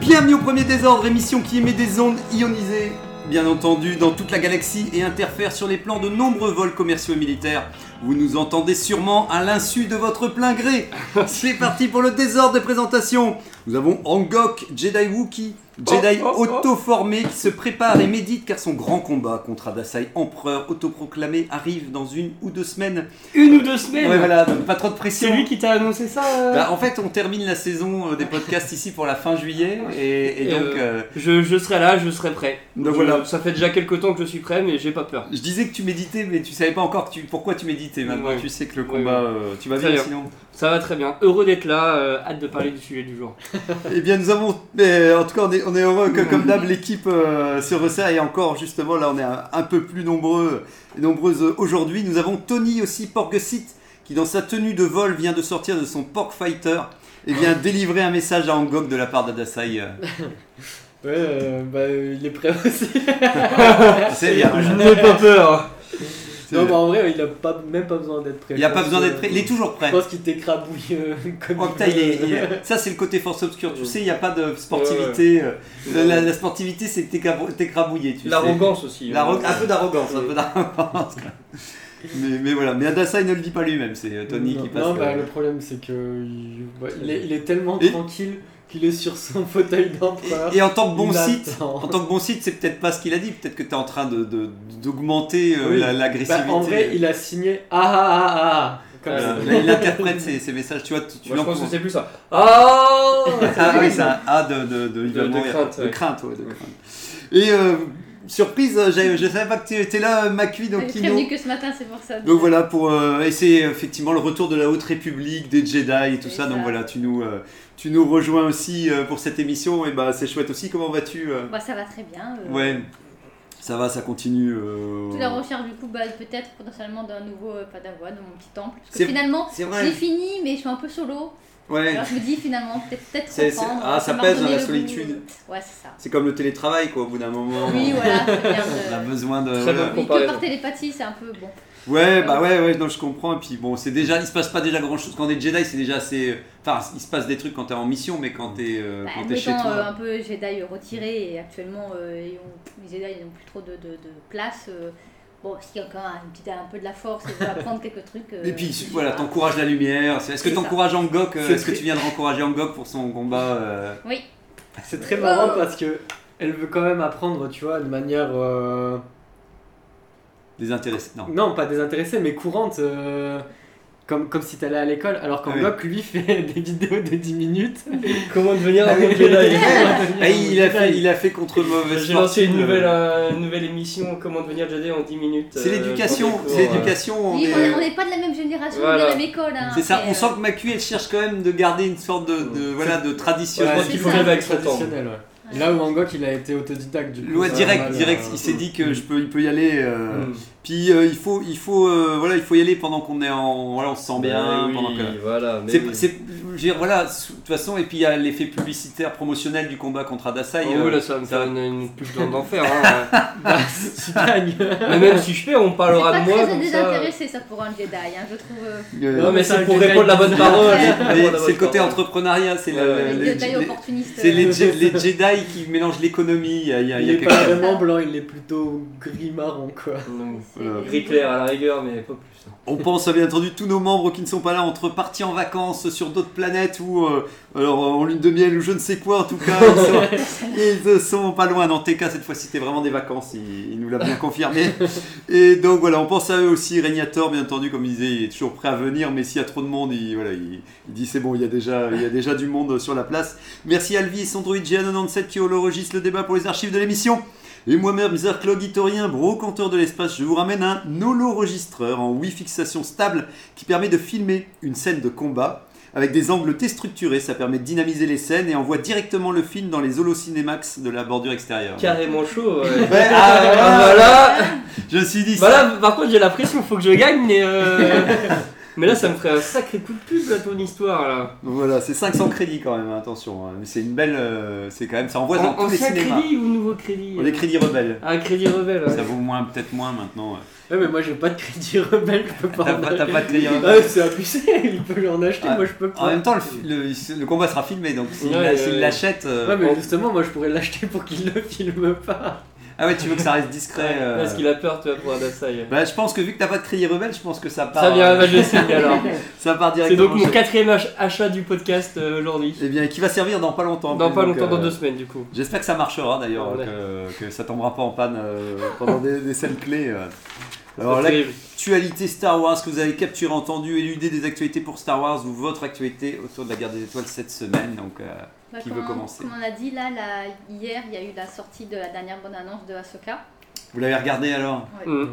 Bienvenue au premier désordre, émission qui émet des ondes ionisées, bien entendu, dans toute la galaxie et interfère sur les plans de nombreux vols commerciaux et militaires. Vous nous entendez sûrement à l'insu de votre plein gré. C'est parti pour le désordre des présentations. Nous avons Angok, Jedi Wookie, Jedi Oh, auto-formé qui se prépare et médite car son grand combat contre Adasai, empereur autoproclamé, arrive dans une ou deux semaines. Une ou deux semaines Ouais, voilà, donc pas trop de pression. Eh ben. C'est lui qui t'a annoncé ça euh Bah, en fait, on termine la saison euh, des podcasts ici pour la fin juillet et, et Et, donc. euh, euh, je, je serai là, je serai prêt. Donc Je- voilà. Ça fait déjà quelques temps que je suis prêt, mais j'ai pas peur. Je disais que tu méditais, mais tu savais pas encore que tu- pourquoi tu méditais. Maintenant, Ouais. tu sais que le Ouais, combat, euh, tu vas Très bien bien. sinon. Ça va très bien. Heureux d'être là, euh, hâte de parler du sujet du jour. Eh bien, nous avons. mais, en tout cas, on est, on est heureux que, comme d'hab, l'équipe euh, se resserre. Et encore, justement, là, on est un, un peu plus nombreux et nombreuses euh, aujourd'hui. Nous avons Tony aussi, Porgesit, qui, dans sa tenue de vol, vient de sortir de son Pork Fighter et vient délivrer un message à Angok de la part d'Adasai. euh. Ouais, euh, bah, euh, il est prêt aussi. C'est bien. n'ai pas peur C'est non, bien. bah, en vrai, il a pas, même pas besoin d'être prêt. Il n'y a Je pas pense besoin que- d'être prêt. Il est toujours prêt. Je pense qu'il t'écrabouille euh, comme Oh, putain, veut. il est- il est- Ça, c'est le côté force obscure. Tu sais, il n'y a pas de sportivité. euh, La, la sportivité, c'est t'écrabou- t'écrabouiller. tu sais. L'arrogance aussi. euh. L'arro- Un peu d'arrogance. Un peu d'arrogance. mais, mais voilà. Mais Adassa, il ne le dit pas lui-même. C'est euh, Tony non, qui passe. Non, bah, euh, le problème, c'est que. Il, ouais, il est, il est tellement Et- tranquille qu'il est sur son fauteuil d'empereur. Et, et en tant que bon Il site, attend. en tant que bon site, c'est peut-être pas ce qu'il a dit. Peut-être que tu es en train de- de- d'augmenter euh, Oui. la- Bah, l'agressivité. en vrai, il a signé Ah ah ah ah comme Voilà. ça. Là, il interprète ses, ses messages. Tu vois, tu, tu Moi, je pense que l'encourages. c'est plus ça. Oh Ah oui, c'est un A de, de, de, évidemment, de il y a- crainte, de ouais. crainte, ouais, de crainte. Et euh, surprise, j'ai- je savais pas que tu étais là, euh, Macui, donc J'avais Kino. prévenu que ce matin, c'est pour ça. Donc voilà, pour, euh, et c'est effectivement le retour de la Haute République, des Jedi et tout C'est ça. Donc ça. voilà, tu nous, euh, tu nous rejoins aussi euh, pour cette émission. Et bah, c'est chouette aussi. Comment vas-tu euh Bah, ça va très bien. euh, Ouais, ça va, ça continue. euh, Tout la recherche du coup, bah, peut-être potentiellement d'un nouveau euh, padawan dans mon petit temple. Parce C'est- que finalement, C'est vrai. j'ai fini, mais je suis un peu solo. Ouais, Alors je me dis finalement, peut-être peut C'est- c'est- reprendre. ah, ça m'a pèse dans redonné la le solitude. Ah. goût. Ouais, c'est ça. c'est comme le télétravail, quoi. Au bout d'un moment, Oui, voilà, c'est bien on a de. besoin de. Très voilà. bonne Oui, que comparaison. par télépathie, c'est un peu bon. Ouais, bah ouais, ouais, non, je comprends. Et puis bon, c'est déjà, il se passe pas déjà grand chose. Quand on est Jedi, c'est déjà assez. Enfin, il se passe des trucs quand t'es en mission, mais quand t'es euh, Bah, quand t'es le chez temps euh, toi. un peu Jedi retiré et actuellement euh, ils ont- les Jedi ils n'ont plus trop de, de- de place. euh, bon, s'il y a quand même un, petit, un peu de la force, il faut apprendre quelques trucs. euh, Et puis je sais voilà, pas. t'encourages la lumière. C'est- Est-ce que C'est ça. t'encourages Angok euh, C'est Est-ce que très- tu viens de rencourager Angok pour son combat euh, Oui. C'est très marrant parce que elle veut quand même apprendre, tu vois, de manière. euh, désintéressé Non. Non, pas désintéressée, mais courante. euh, Comme, comme si t'allais à l'école, alors qu'en Ah oui. bloc, lui, fait des vidéos de 10 minutes. Comment devenir un bon Jedi Ah, il, il a fait, il a fait contre mauvais J'ai lancé une sportif, nouvelle, euh, euh, une nouvelle émission Comment devenir Jedi en 10 minutes. C'est euh, l'éducation, dans des cours, c'est euh, l'éducation. on Oui, est- on n'est pas de la même génération, on est de Voilà. la même école. hein, C'est ça, mais, on euh, sent que Macu elle cherche quand même de garder une sorte de, de- voilà de tradition. Ouais, Ouais, je pense c'est qu'il faut ça. vivre avec son temps. Traditionnel, euh, ouais. Là où Angok, il a été autodidacte, du coup. Ouais, c'est direct, normal, direct, euh, il s'est dit que je peux, il peut y aller. euh, Mm. Puis euh, il faut, il faut, euh, voilà, il faut y aller pendant qu'on est en, voilà, on se sent bien, Mais Bah oui, pendant que. Voilà, mais C'est, oui. c'est- je veux dire, voilà, sous- de toute façon, et puis il y a l'effet publicitaire promotionnel du combat contre Adasai. Oh euh, là, ça va me ça- faire une, une pub dans l'enfer. Hein. tu gagnes. mais même si je perds, on C'est parlera pas de moi très comme ça. désintéressé ça pour un Jedi, hein, je trouve. euh, euh, Non, mais C'est c'est un pour Jedi répondre la bonne qui- parole. Ouais. c'est pour mais répondre la c'est le bonne côté parole. entrepreneuriat, c'est la- Ouais, les Euh, les, Jedi les- opportunistes. c'est les, euh, Je- les Jedi qui mélangent l'économie. Il y a, il y a- il Il y a est quelque pas chose. vraiment blanc, il est plutôt gris-marron, quoi. Donc, c'est- Voilà. Gris clair à la rigueur, mais pas plus. On pense à, bien entendu tous nos membres qui ne sont pas là entre partis en vacances sur d'autres planètes ou euh, alors, en lune de miel ou je ne sais quoi en tout cas. Ils sont, ils ne sont pas loin. Dans TK cette fois-ci c'était vraiment des vacances, il, il nous l'a bien confirmé. Et donc voilà, on pense à eux aussi. Régnator bien entendu comme il disait, il est toujours prêt à venir mais s'il y a trop de monde, il, voilà, il, il dit c'est bon, il y, a déjà, il y a déjà du monde sur la place. Merci Alvis, Android GA97 qui enregistre le débat pour les archives de l'émission. Et moi-même, Zarklog Itorien, brocanteur de l'espace, je vous ramène un holoregistreur en Wi-Fixation stable qui permet de filmer une scène de combat avec des angles déstructurés. Ça permet de dynamiser les scènes et envoie directement le film dans les holocinémax de la bordure extérieure. Carrément chaud. ouais. Ouais, ah, Ah, voilà. voilà. Je me suis dit ça. Voilà, par contre, j'ai la pression, faut que je gagne, mais euh, Mais là, ça me ferait un sacré coup de pub, là, ton histoire, là. Donc voilà, c'est 500 crédits quand même, hein, attention. hein. Mais c'est une belle. euh, c'est quand même. Ça envoie En, dans en tous les ancien cinémas. crédit ou nouveau crédit Les crédits rebelles. Un crédit rebelle, ouais. Ça vaut moins, peut-être moins maintenant. ouais. Ouais, mais moi j'ai pas de crédit rebelle, je peux pas. T'as en pas, acheter. t'as pas de crédit Ah, rebelles. c'est abusé, il peut en acheter, Ouais. moi je peux pas. En même temps, le, le- le combat sera filmé, donc s'il Ouais, l'a- ouais, s'il ouais. l'achète. euh, Ouais, mais bon. justement, moi je pourrais l'acheter pour qu'il le filme pas. Ah ouais, tu veux que ça reste discret. euh. Parce qu'il a peur, tu vois, pour Adasai. Bah, je pense que vu que t'as pas de crédit rebelle, je pense que ça part. Ça vient, euh, bah, je le signe alors. ça part C'est directement. donc mon quatrième ach- achat du podcast euh, aujourd'hui. Eh bien, qui va servir dans pas longtemps. en Dans plus, pas donc, longtemps, dans euh, deux semaines, du coup. J'espère que ça marchera d'ailleurs, Ouais. que, que ça tombera pas en panne euh, pendant des, des scènes clés. euh. Alors C'est là, terrible. Actualité Star Wars que vous avez capturé, entendu, éluder des actualités pour Star Wars ou votre actualité autour de la guerre des étoiles cette semaine. Donc, euh, Bah, Qui comme, veut commencer comme on a dit, là, la- hier, il y a eu la sortie de la dernière bonne annonce de Ahsoka. vous l'avez regardé alors Ouais. Mm.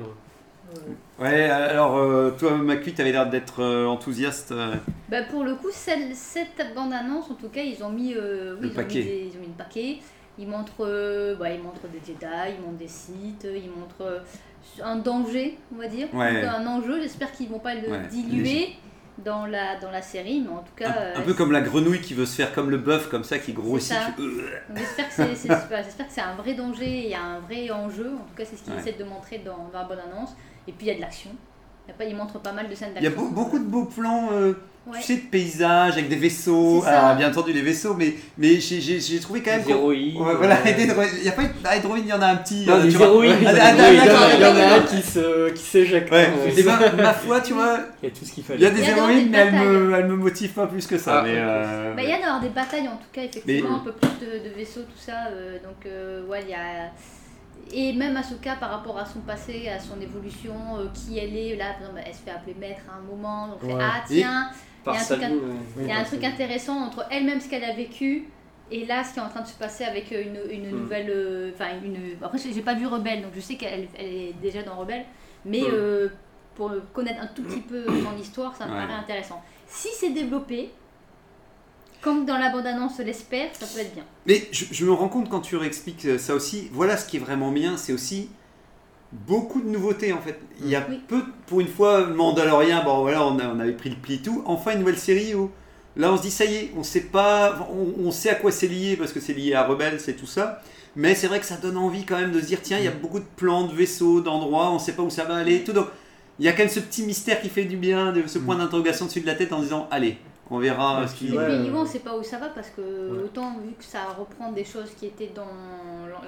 Euh, Ouais, alors euh, toi, McQueen, t'avais l'air d'être euh, enthousiaste. euh. Bah, pour le coup, celle- cette bande-annonce, en tout cas, ils ont mis, euh, Le oui, ils ont mis paquet. des- ils ont mis le paquet. Ils montrent, euh, bah, ils montrent des Jedi, ils montrent des Sith, ils montrent euh, un danger, on va dire, Ouais. Donc, un enjeu. J'espère qu'ils vont pas le Ouais, diluer dans la, dans la série, mais en tout cas, un, un euh, peu comme la grenouille qui veut se faire comme le bœuf, comme ça, qui grossit. ça. tu- euh, Donc, J'espère que c'est- c'est super. J'espère que c'est un vrai danger, et il y a un vrai enjeu. En tout cas, c'est ce qu'ils Ouais. essaient de montrer dans, dans la bonne annonce. Et puis il y a de l'action. Il y a pas- Ils montrent pas mal de scènes Il y d'action. a beau- beaucoup de beaux plans, euh, Ouais. tu sais, de paysages, avec des vaisseaux. C'est ça. Alors, bien entendu, les vaisseaux, mais, mais j'ai- j'ai j'ai trouvé quand même. Des qu'on- héroïnes. Ouais, voilà, euh, et des droïdes. Il n'y a pas eu. Ah, les droïdes, il y en a un petit. Non, euh, tu des vois. héroïnes. Ah, des ah, Il y en héroïnes. d'accord, a- il y en a un d'accord. qui se- qui s'éjecte. Ouais, Ouais. et ben, ma foi, tu vois, Il y a tout ce qu'il Il y fallait. a des Il y a héroïnes, des mais elles me, batailles. elles me motivent pas plus que ça. Ah, mais, ok. euh, Bah, il y a d'avoir des batailles en tout cas, effectivement, Mais- un peu plus de, de vaisseaux, tout ça. euh, donc, euh, ouais, il y a. Et même Ahsoka, par rapport à son passé, à son évolution, euh, qui elle est, là, par exemple, elle se fait appeler maître à un moment, donc on fait, Ouais. ah Et- tiens, Par il y a un Sabine, euh, truc ouais. il y a un truc intéressant entre elle-même, ce qu'elle a vécu, et là, ce qui est en train de se passer avec euh, une, une Hmm. Mm. nouvelle. euh, Enfin, une. Après, j'ai j'ai pas vu Rebelle, donc je sais qu'elle elle est déjà dans Rebelle, mais Mm. Hmm. euh, pour connaître un tout petit peu son histoire, ça me Ouais. paraît intéressant. Si c'est développé, comme dans la bande-annonce l'espère, ça peut être bien. mais je, je me rends compte quand tu réexpliques euh, ça aussi. Voilà ce qui est vraiment bien, c'est aussi beaucoup de nouveautés en fait. Il y a Oui. peu, pour une fois, Mandalorian, bon voilà, on, a- on avait pris le pli et tout. Enfin, une nouvelle série où là on se dit ça y est, on sait pas, on, on sait à quoi c'est lié parce que c'est lié à Rebelle, c'est tout ça. Mais c'est vrai que ça donne envie quand même de se dire tiens, il y Mm. a beaucoup de plans, de vaisseaux, d'endroits, on sait pas où ça va aller et tout. Donc il y a quand même ce petit mystère qui fait du bien, de ce point d'interrogation dessus de la tête en disant allez, on verra Mm. Ouais, ce puis, qui. Et Ouais, puis, euh, Yvan, on sait pas où ça va parce que, ouais. autant vu que ça reprend des choses qui étaient dans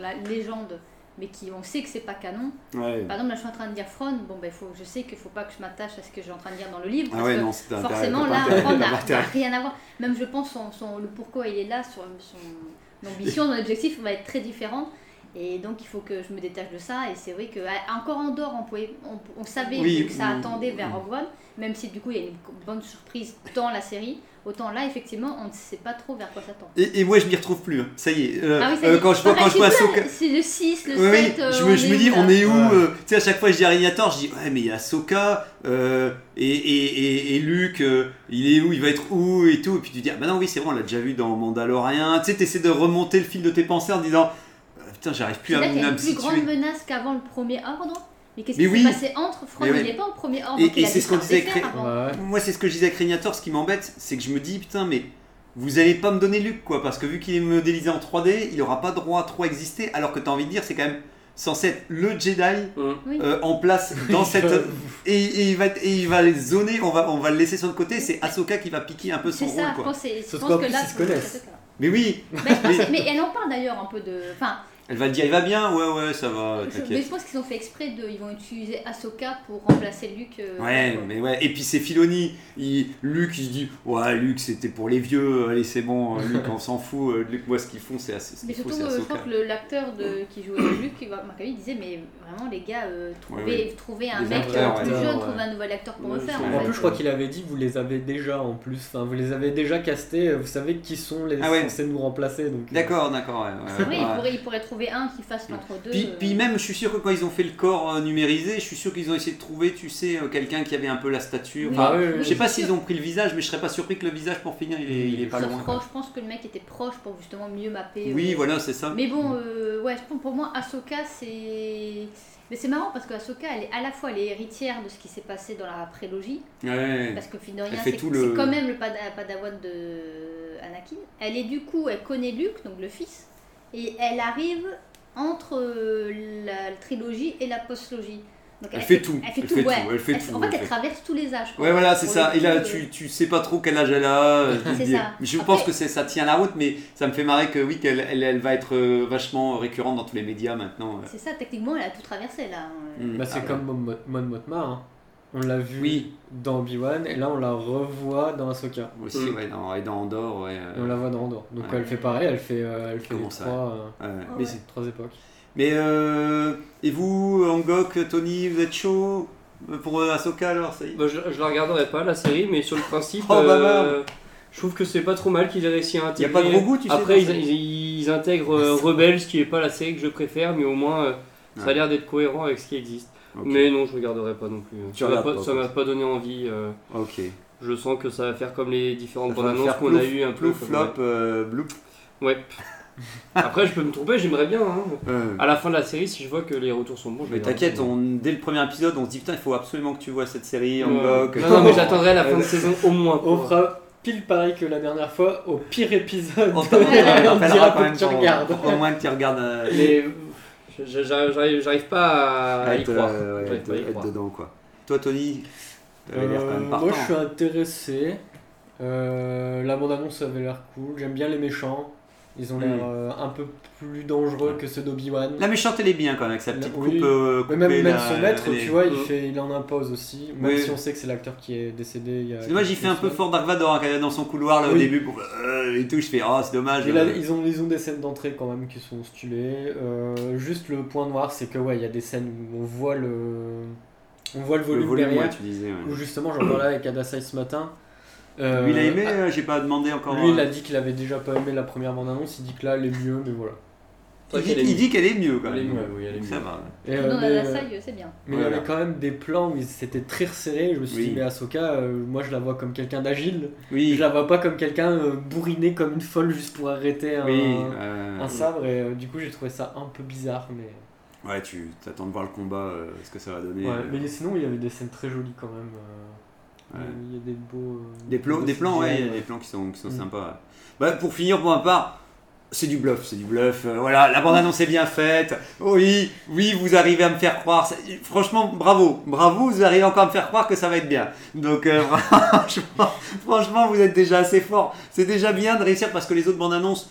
la légende, mais qui on sait que c'est pas canon. Ouais. Par exemple, là, je suis en train de dire Fron. Bon, ben, faut, je sais qu'il faut pas que je m'attache à ce que j'ai en train de dire dans le livre. Ah parce ouais, que non, c'est intéressant. forcément, t'as là, intérêt, Fron t'as n'a n'a intérêt. rien à voir. Même, je pense, son, son- le pourquoi il est là, son, son ambition, son objectif va être très différent. Et donc, il faut que je me détache de ça. Et c'est vrai que à- encore en dehors, on, pouvait, on, on savait Oui, que ça oui, attendait vers oui. Rogue One, même si du coup, il y a une bonne surprise dans la série. Autant là, effectivement, on ne sait pas trop vers quoi s'attendre. Et, et moi, je m'y retrouve plus. hein. Ça y est. euh, Ah oui, ça euh, y est. quand je vois, quand Pareil, je vois tu vois, Ahsoka- C'est le 6, le Oui, oui, 7. euh, je me, je me dis, où, on là est où Ouais. euh, Tu sais, à chaque fois que je dis Arignator, je dis, ouais, mais il y a Ahsoka euh, et, et, et, et Luke, euh, il est où Il va être où Et tout. Et puis tu dis, ah bah non, oui, c'est vrai, on l'a déjà vu dans Mandalorian. Tu sais, t'essaies de remonter le fil de tes pensées en disant, euh, putain, j'arrive plus C'est à là m- qu'il y a à une me plus grande situer. menace qu'avant le premier ordre. Mais qu'est-ce Mais qui oui. s'est passé entre Franck Mais Il oui. n'est pas au premier ordre. Et- donc il et a c'est ce qu'on dû disait, faire des Ouais, affaires avant. ouais. Moi, c'est ce que je disais à Crignator, ce qui m'embête, c'est que je me dis, putain, mais vous allez pas me donner Luke, quoi, parce que vu qu'il est modélisé en 3D, il aura pas droit à trop exister, alors que t'as envie de dire, c'est quand même censé être le Jedi Hum. Oui. euh, en place dans cette et, et il va être- et il va les zoner on va on va le laisser sur le côté c'est Ahsoka qui va piquer un peu son C'est rôle ça, je quoi pense, c'est- je Sauf pense qu'en que plus, là. ils se c'est- connaissent. c'est ça. mais oui Mais, je pense- Mais- mais elle en parle d'ailleurs un peu de. Enfin, elle va le dire il va bien ouais Ah, ouais ça va je, mais t'inquiète je pense qu'ils ont fait exprès de. Ils vont utiliser Ahsoka pour remplacer Luke. euh, Ouais, quoi. mais ouais. Et puis c'est Filoni. Il, Luc, il se dit Ouais, Luc, c'était pour les vieux. euh, Allez, c'est bon. Luc, on s'en fout. euh, Luc, moi, ce qu'ils font, c'est Ahs- ce Mais qu'il faut, surtout, c'est euh, je crois Ahsoka. que le- l'acteur de- qui jouait Luke, Ivan McAvey, disait Mais vraiment, les gars, euh, trouvez, Ouais, trouvez un Des mec acteurs, euh, plus ouais. jeune, Ouais. trouvez un nouvel acteur pour Ouais, le faire. je en En fait. plus, je crois qu'il avait dit, vous les avez déjà en plus, enfin, vous les avez déjà castés, vous savez qui sont les Ah ouais. censés nous remplacer. donc, euh, D'accord, d'accord. ouais, ouais, C'est vrai, ouais. il, pourrait, il pourrait trouver trouver un qui fasse l'entre-deux. Puis, euh, puis même, je suis sûr que quand ils ont fait le corps euh, numérisé, je suis sûr qu'ils ont essayé de trouver, tu sais, euh, quelqu'un qui avait un peu la stature. Oui. Enfin, Ah oui, oui, je oui. sais pas s'ils ont pris le visage, mais je serais pas surpris que le visage, pour finir, il est, il est pas sauf loin. proche, je pense que le mec était proche pour justement mieux mapper. euh, Oui, voilà, c'est ça. Mais bon, euh, ouais, je pense pour moi, Ahsoka, c'est. Mais c'est marrant parce que Ahsoka, elle est à la fois elle est héritière de ce qui s'est passé dans la prélogie, Ouais. parce que fine de Elle rien, fait c'est tout le- c'est quand même le pada- padawan de Anakin. Elle est du coup, elle connaît Luke, donc le fils, et elle arrive entre euh, la trilogie et la postlogie. Donc Elle fait tout. Elle fait tout, ouais. Elle fait Elle- tout. en fait, elle traverse tous les âges. quoi. Ouais, voilà, c'est Pour ça. le Et là, coup, euh, tu, tu sais pas trop quel âge elle a. euh, C'est mais- ça. Je Après- pense que c'est- ça tient la route, mais ça me fait marrer que oui, qu'elle elle, elle va être euh, vachement récurrente dans tous les médias maintenant. euh, C'est ça, techniquement, elle a tout traversé là. hein. Mm. Bah, c'est Ah, comme Mon Mon Mothma. hein. On l'a vu Oui. dans Obi-Wan et là on la revoit dans Ahsoka. Aussi, Mm. ouais, dans, et dans Andorre, ouais. euh, Et on la voit dans Andorre. Donc Ouais. elle fait pareil, elle fait, euh, elle fait Comment les ça trois, euh, ouais. Ah Mais ouais. c'est- trois époques. Mais euh, et vous, Angok, Tony, vous êtes chaud pour euh, Ahsoka alors ça y est Bah, je, je la regarderai pas la série, mais sur le principe, Oh, bah, euh, je trouve que c'est pas trop mal qu'ils aient réussi à Y a intégrer. pas de gros goût, tu sais, Après, dans ils, ça. ils- ils intègrent euh, Rebels, qui est pas la série que je préfère, mais au moins euh, ça a Ouais. l'air d'être cohérent avec ce qui existe. Ok. Mais non, je regarderai pas non plus. hein. Ça m'a regardes pas, pas, ça quoi. m'a pas donné envie. euh, Ok. je sens que ça va faire comme les différentes Ça bandes va annonces faire qu'on plouf, a eues un peu. Plouf, comme- flop, euh, bloop. Ouais. Après, je peux me tromper, j'aimerais bien. hein. Euh, Ah, À la fin de la série, si je vois que les retours sont bons, je Mais regarderai. t'inquiète, on, dès le premier épisode, on se dit putain, il faut absolument que tu vois cette série, Ouais. Angok. Non, non, mais j'attendrai la fin de saison au moins. On pour- fera pile pareil que la dernière fois, au pire épisode. On t'en- on t'appellera dira quand même que tu pour- regardes. pour Au moins que tu regardes. euh, Mais je- je- j'arrive j'arrive pas Ah, à, à y être, croire. euh, ouais, J'arrive être- pas bah, à y être croire. dedans quoi. Toi, Tony, t'avais l'air quand Euh, même partant. moi je suis intéressé. Euh, la bande-annonce avait l'air cool. J'aime bien les méchants. Ils ont l'air Mm. euh, un peu plus dangereux que ceux d'Obi-Wan. La méchante, elle est bien quand même avec sa La- petite oui. coupe. euh, Mais même, coupée, même là, ce maître, elle est- tu vois, il, Mm. fait, il en impose aussi. Même Oui. si on sait que c'est l'acteur qui est décédé il y a. C'est dommage, j'ai fait un peu quelques fort Dark Vador hein, quand il est dans son couloir là au Oui. début pour, euh, et tout. Je fais oh, c'est dommage. Mais là, euh. ils, ont, ils ont des scènes d'entrée quand même qui sont stylées. Euh, juste le point noir, c'est que ouais, il y a des scènes où on voit le, on voit le volume, le volume, derrière. ouais, tu disais. ouais. Où justement, j'en parlais avec Adasai ce matin. Euh, Lui, il a aimé, euh, j'ai pas demandé encore. Lui, il hein. a dit qu'il avait déjà pas aimé la première bande-annonce, il dit que là, elle est mieux, mais voilà. Toi, Il dit- quelle est il mieux dit qu'elle est mieux quand Elle est même. mieux, oui, elle est Ça mieux. va. Et, euh, Non, mais la euh, salle, c'est bien. mais il y Voilà. avait quand même des plans où c'était très resserré, je me suis Oui. dit, mais Ahsoka, euh, moi je la vois comme quelqu'un d'agile, je Oui, la vois pas comme quelqu'un euh, bourriné comme une folle juste pour arrêter un, oui. euh, un sabre, et euh, du coup j'ai trouvé ça un peu bizarre, mais... Ouais, tu t'attends de voir le combat, euh, ce que ça va donner. Ouais, euh, mais sinon il y avait des scènes très jolies quand même. euh, Ouais. Il y a des beaux... euh, Des, plans, beaux des plans, CGI, ouais, il y a des plans qui sont, qui sont Mm. sympas. ouais. Bah, pour finir, pour ma part, c'est du bluff, c'est du bluff. euh, voilà, la bande-annonce est bien faite. Oui, oui, vous arrivez à me faire croire. ça- Franchement, bravo, bravo, vous arrivez encore à me faire croire que ça va être bien. Donc, euh, franchement, franchement, vous êtes déjà assez fort. C'est déjà bien de réussir parce que les autres bandes-annonces,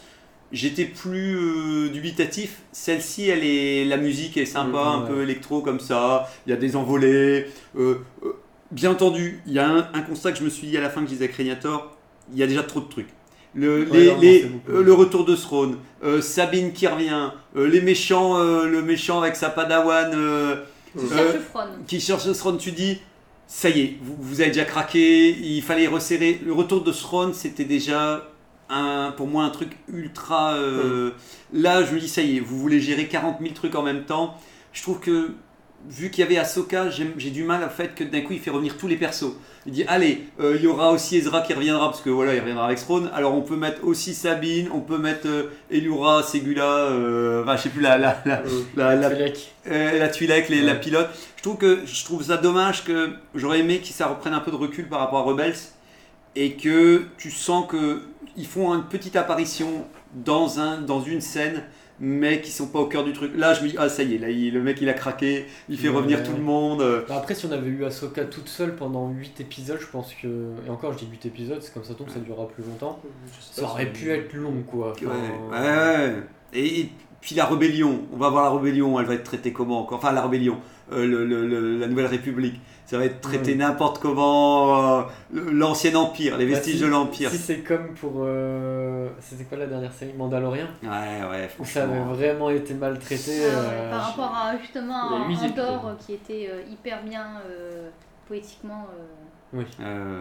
j'étais plus euh, dubitatif. Celle-ci, elle est, la musique est sympa, Mm, un ouais. peu électro comme ça. Il y a des envolées. euh, euh, Bien entendu, il y a un, un constat que je me suis dit à la fin que je disais à Créator, il y a déjà trop de trucs. Le, Ouais, les- non, non, les- c'est beaucoup. euh, le retour de Throne, euh, Sabine qui revient, euh, les méchants, euh, le méchant avec sa padawan euh, Tu Euh, cherches Fron. qui cherche Throne, tu dis, ça y est, vous, vous avez déjà craqué, il fallait resserrer. Le retour de Throne, c'était déjà un, pour moi un truc ultra... euh, Là, je me dis, ça y est, vous voulez gérer 40 000 trucs en même temps. Je trouve que, vu qu'il y avait Ahsoka, j'aime- j'ai du mal au fait que d'un coup, il fait revenir tous les persos. Il dit, allez, euh, il y aura aussi Ezra qui reviendra, parce que voilà, il reviendra avec Throne. Alors, on peut mettre aussi Sabine, on peut mettre euh, Elura, Segula, euh, enfin, je sais plus, la, la, la, la, la Félec. euh, la tuile avec les, Ouais. la pilote. Je trouve que je trouve ça dommage que j'aurais aimé que ça reprenne un peu de recul par rapport à Rebels et que tu sens que ils font une petite apparition dans un dans une scène mais qui sont pas au cœur du truc. Là, je me dis ah ça y est, là il- le mec il a craqué, il fait Ouais. revenir tout le monde. euh, Bah, après si on avait eu Ahsoka toute seule pendant 8 épisodes, je pense que... Et encore je dis 8 épisodes, c'est comme ça tombe, ça durera plus longtemps. Ça aurait pu être long quoi. Ouais, Enfin, ouais, Euh. ouais. Et, et puis la rébellion, on va voir la rébellion, elle va être traitée comment encore Enfin, la rébellion, euh, le- le- le- la Nouvelle République, ça va être traité Ouais. n'importe comment. euh, le- L'ancien Empire, les Bah, vestiges si- de l'Empire. Si c'est comme pour. euh, C'était quoi la dernière série Mandalorian Ouais, ouais, Où ça avait franchement. vraiment été maltraité. Ah ouais, euh, par rapport à justement Il y a huit à épisodes. Andorre qui était euh, hyper bien euh, poétiquement. euh, Euh,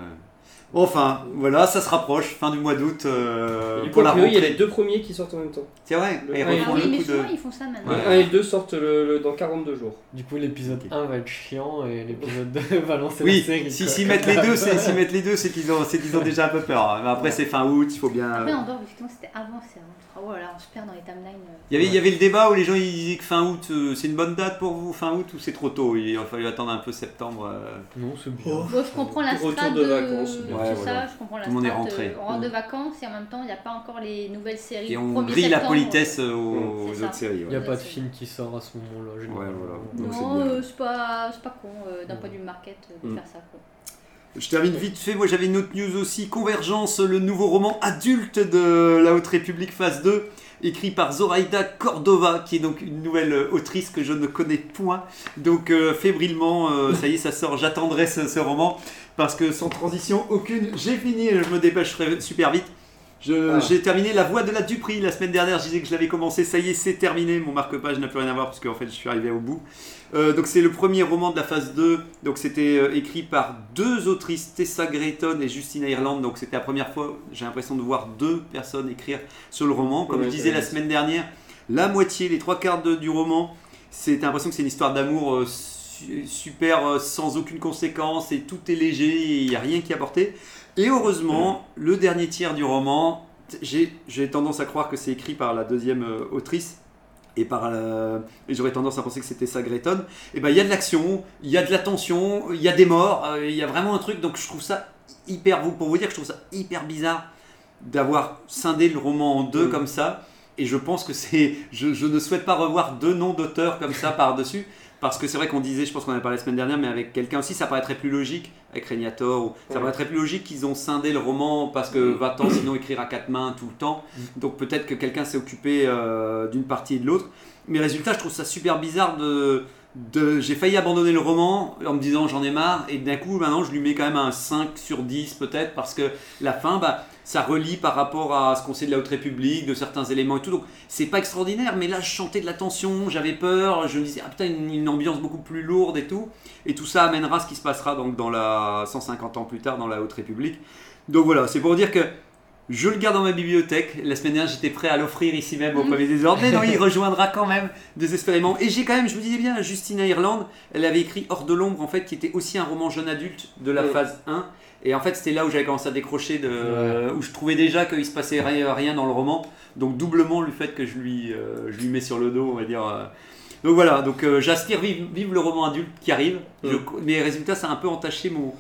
Enfin, voilà, ça se rapproche, fin du mois d'août euh, Et du coup, pour la a priori, il y a les rentrée. deux premiers qui sortent en même temps. C'est vrai, Le- ils Ah, Ah refont oui, le mais coup de. souvent ils font ça maintenant. Le Ouais. 1 et le 2 sortent le- le- dans 42 jours. Du coup, l'épisode Ok. 1 va être chiant et l'épisode 2 va lancer Oui, la série. si quoi. s'ils mettent les deux, c'est s'ils mettent les deux, c'est qu'ils ont, c'est qu'ils ont déjà un peu peur. Mais après, c'est fin août, il faut bien. Après, Andorre, effectivement, c'était avant, c'est avant. Ah, Oh là là, on se perd dans les timelines. euh. Il y, avait, il y avait le débat où les gens ils disaient que fin août, euh, c'est une bonne date pour vous, fin août ou c'est trop tôt Il a fallu attendre un peu septembre. euh. Non, c'est bien. Bon, je comprends la Retour strate de vacances, tout ouais, ça, voilà. je comprends la Tout le monde est strate, rentré. Mm. euh, on rentre de vacances et en même temps, il n'y a pas encore les nouvelles séries. Et on Premier brille la septembre, politesse euh, euh, aux, C'est aux ça. autres séries. Il ouais. n'y a pas de film qui sort à ce moment-là. généralement. voilà. Donc, c'est Non, bien. euh, c'est pas, c'est pas con euh, d'un Mm. point de vue market euh, de Mm. faire ça. Quoi. Je termine vite fait, moi j'avais une autre news aussi, Convergence, le nouveau roman adulte de la Haute République phase 2, écrit par Zoraida Cordova, qui est donc une nouvelle euh, autrice que je ne connais point. Donc euh, fébrilement, euh, ça y est, ça sort, j'attendrai ce, ce roman, parce que sans transition aucune, j'ai fini, je me dépêcherai super vite. Je- Ah. J'ai terminé La Voix de la Dupree la semaine dernière, je disais que je l'avais commencé, ça y est, c'est terminé, mon marque-page n'a plus rien à voir, parce qu'en fait je suis arrivé au bout. Euh, donc c'est le premier roman de la phase 2. Donc c'était euh, écrit par deux autrices, Tessa Grayton et Justina Ireland. Donc c'était la première fois, j'ai l'impression de voir deux personnes écrire sur le roman. Comme Ouais, je disais ouais. la semaine dernière, la moitié, les trois quarts de- du roman, c'est t'as l'impression que c'est une histoire d'amour euh, su- super euh, sans aucune conséquence et tout est léger, et il n'y a rien qui est apporté. Et heureusement, le dernier tiers du roman, t- j'ai j'ai tendance à croire que c'est écrit par la deuxième euh, autrice et par la- et j'aurais tendance à penser que c'était ça Grayton et ben il y a de l'action, il y a de la tension, il y a des morts, euh, il y a vraiment un truc donc je trouve ça hyper pour vous dire que je trouve ça hyper bizarre d'avoir scindé le roman en deux Mm. comme ça et je pense que c'est je, je ne souhaite pas revoir deux noms d'auteurs comme ça par-dessus parce que c'est vrai qu'on disait je pense qu'on en a parlé la semaine dernière mais avec quelqu'un aussi ça paraîtrait plus logique avec Régnator ou ça Ouais. Mm. paraîtrait plus logique qu'ils ont scindé le roman parce que va-t'en sinon écrire à quatre mains tout le temps donc peut-être que quelqu'un s'est occupé euh, d'une partie et de l'autre mais résultat je trouve ça super bizarre de de- j'ai failli abandonner le roman en me disant j'en ai marre et d'un coup maintenant je lui mets quand même un 5 sur 10 peut-être parce que la fin bah, ça relie par rapport à ce qu'on sait de la Haute République, de certains éléments et tout donc c'est pas extraordinaire mais là je sentais de la tension, j'avais peur, je me disais ah putain une, une ambiance beaucoup plus lourde et tout et tout ça amènera ce qui se passera donc dans la 150 ans plus tard dans la Haute République donc voilà c'est pour dire que je le garde dans ma bibliothèque. La sésine dernière, j'étais prêt à l'offrir ici même au Palais des Ordres. Mais non, il rejoindra quand même, désespérément. Et j'ai quand même, je vous disais bien, Justina Ireland, elle avait écrit Hors de l'ombre, en fait, qui était aussi un roman jeune adulte de la Ouais. phase 1. Et en fait, c'était là où j'avais commencé à décrocher, de, où je trouvais déjà qu'il se passait rien, rien dans le roman. Donc, doublement, le fait que je lui, euh, je lui mets sur le dos, on va dire. euh. Donc voilà, donc euh, j'aspire vive, vive le roman adulte qui arrive. Ouais. Je- mais résultat, ça a un peu entaché mon,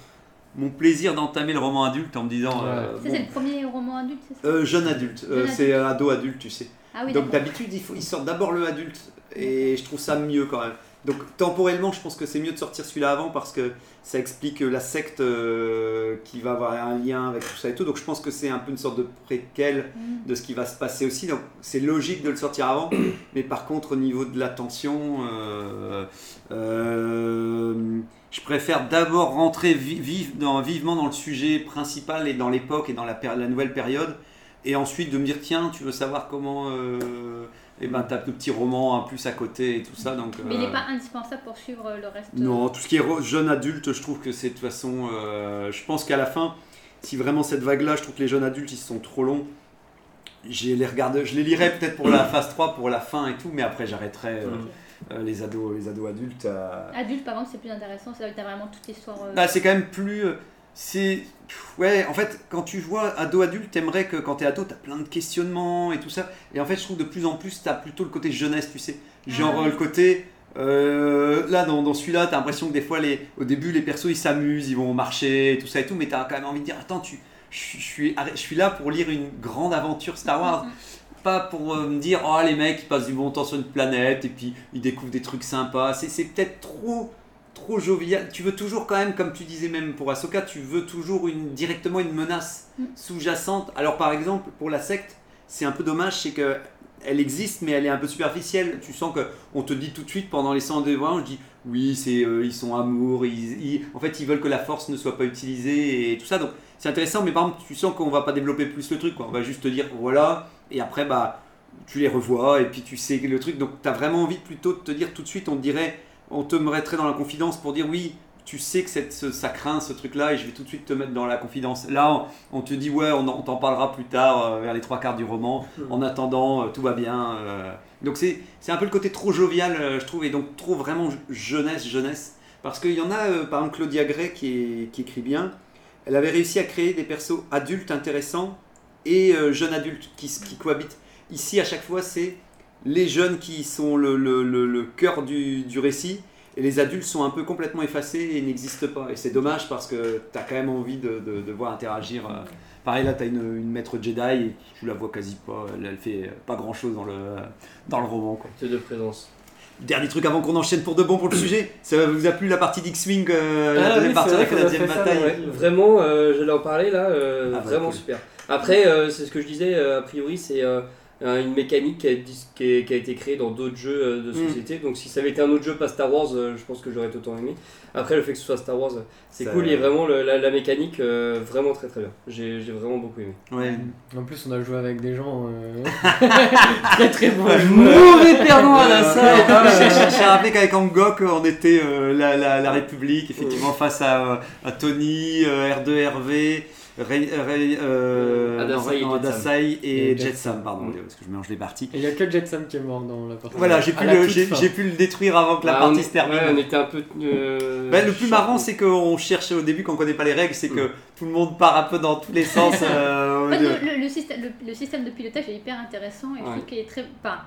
mon plaisir d'entamer le roman adulte en me disant. Ouais. euh, Ça, bon, c'est le premier roman adulte, c'est ça euh, jeune adulte, Euh, Jeune c'est euh, ado adulte, tu sais. Ah oui, Donc d'accord. d'habitude, il faut- ils sortent d'abord le adulte et je trouve ça mieux quand même. Donc temporellement, je pense que c'est mieux de sortir celui-là avant parce que ça explique euh, la secte euh, qui va avoir un lien avec tout ça et tout. Donc je pense que c'est un peu une sorte de préquel Mm. de ce qui va se passer aussi. Donc c'est logique de le sortir avant. Mais par contre, au niveau de la tension, euh, euh, je préfère d'abord rentrer vi- vive- dans- vivement dans le sujet principal et dans l'époque et dans la, péri- la nouvelle période. Et ensuite de me dire, tiens, tu veux savoir comment... Euh, et ben, t'as ton petit roman en plus à côté et tout ça. Donc, Mais il euh, n'est pas indispensable pour suivre euh, le reste. non, tout ce qui est re- jeune adulte, je trouve que c'est de toute façon. euh, je pense qu'à la fin, si vraiment cette vague-là, je trouve que les jeunes adultes, ils sont trop longs. J'ai les regarde, je les lirai peut-être pour la phase 3, pour la fin et tout, mais après j'arrêterai euh, Ok. euh, les ados, les ados adultes. à- Adulte, par contre, c'est plus intéressant, c'est là où t'as vraiment toute l'histoire. euh, bah, c'est quand même plus. euh, C'est. pff, Ouais, en fait, quand tu vois ado-adulte, t'aimerais que quand t'es ado, t'as plein de questionnements et tout ça. Et en fait, je trouve de plus en plus, t'as plutôt le côté jeunesse, tu sais. Genre Ah. euh, le côté. euh, là, dans, dans celui-là, t'as l'impression que des fois, les, au début, les persos ils s'amusent, ils vont au marché et tout ça et tout, mais t'as quand même envie de dire Attends, tu, je, je suis, arrête- je suis là pour lire une grande aventure Star Wars, Mm-hmm. pas pour euh, me dire Oh, les mecs ils passent du bon temps sur une planète et puis ils découvrent des trucs sympas. C'est c'est peut-être trop trop jovial. Tu veux toujours quand même, comme tu disais même pour Ahsoka, tu veux toujours une, directement une menace Mm. sous-jacente. Alors par exemple, pour la secte, c'est un peu dommage, c'est que elle existe, mais elle est un peu superficielle. Tu sens que on te dit tout de suite pendant les séances de voyage, on te dit oui, c'est euh, ils sont amour, ils, ils- en fait ils veulent que la force ne soit pas utilisée et tout ça. Donc c'est intéressant, mais par exemple, tu sens qu'on va pas développer plus le truc. Quoi. On va juste te dire voilà, et après bah tu les revois et puis tu sais le truc. Donc t'as vraiment envie plutôt de te dire tout de suite, on te dirait on te mettrait dans la confidence pour dire oui, tu tu sais que cette- ce- ça craint ce truc-là et je vais tout de suite te mettre dans la confidence. Là, on, on te dit, ouais, on, en- on t'en parlera plus tard, euh, vers les trois quarts du roman. Mhm. En attendant, euh, tout va bien. euh. Donc c'est c'est un peu le côté trop jovial, euh, je trouve, et donc trop vraiment je- jeunesse, jeunesse. Parce qu'il y en a, euh, par exemple, Claudia Gray qui, est- qui écrit bien. Elle avait réussi à créer des persos adultes intéressants et euh, jeunes adultes qui, s- qui cohabitent. Ici, à chaque fois, c'est les jeunes qui sont le, le- le- le cœur du, du récit et les adultes sont un peu complètement effacés et n'existent pas. Et c'est dommage parce que tu as quand même envie de, de- de voir interagir. euh. Pareil, là, tu as une, une maître Jedi et tu la vois quasi pas. Elle, elle fait euh, pas grand chose dans le, dans le roman. quoi. C'est de présence. Dernier truc avant qu'on enchaîne pour de bon pour le sujet. Ça vous a plu la partie d'X-Wing, euh, la Ah deuxième oui, partie c'est avec vrai la qu'on a deuxième fait ça, bataille ouais. Vraiment, euh, j'allais en parler là, euh, Ah bah, vraiment cool. super. Après, euh, c'est ce que je disais, euh, a priori, c'est euh, un- une mécanique qui a, dis- qui a- qui a été créée dans d'autres jeux euh, de Mm. société. Donc, si ça avait été un autre jeu, pas Star Wars, euh, je pense que j'aurais tout autant aimé. Après, le fait que ce soit Star Wars, euh, c'est Ça- cool et vraiment le- la, la mécanique, euh, vraiment très très bien. J'ai j'ai vraiment beaucoup aimé. Ouais. En plus, on a joué avec des gens euh, très très bons joueurs. Mauvais perdant à la salle Ouais, ouais, ouais. J'ai- J'ai rappelé qu'avec Angok, on était euh, la, la- la République, effectivement, face à, euh, à Tony, euh, R2, Hervé, Ray- Ray- euh, Euh, Adasai non, et Jetsam. Adasai et, Et Jetsam. Jetsam, pardon, parce que je mélange les parties. Et il y a que Jetsam qui est mort dans la partie. Voilà, j'ai pu, À la le- toute j'ai fin. j'ai pu le détruire avant que la Bah, partie on- se termine. ouais, on était un peu. euh, Ben, le plus choqués. marrant, c'est qu'on cherche au début, quand on connaît pas les règles, c'est Mm. que tout le monde part un peu dans tous les sens. euh, En au fait, lieu- le, le- le système, le, le système de pilotage est hyper intéressant et je Ouais. trouve qu'il est très. Enfin,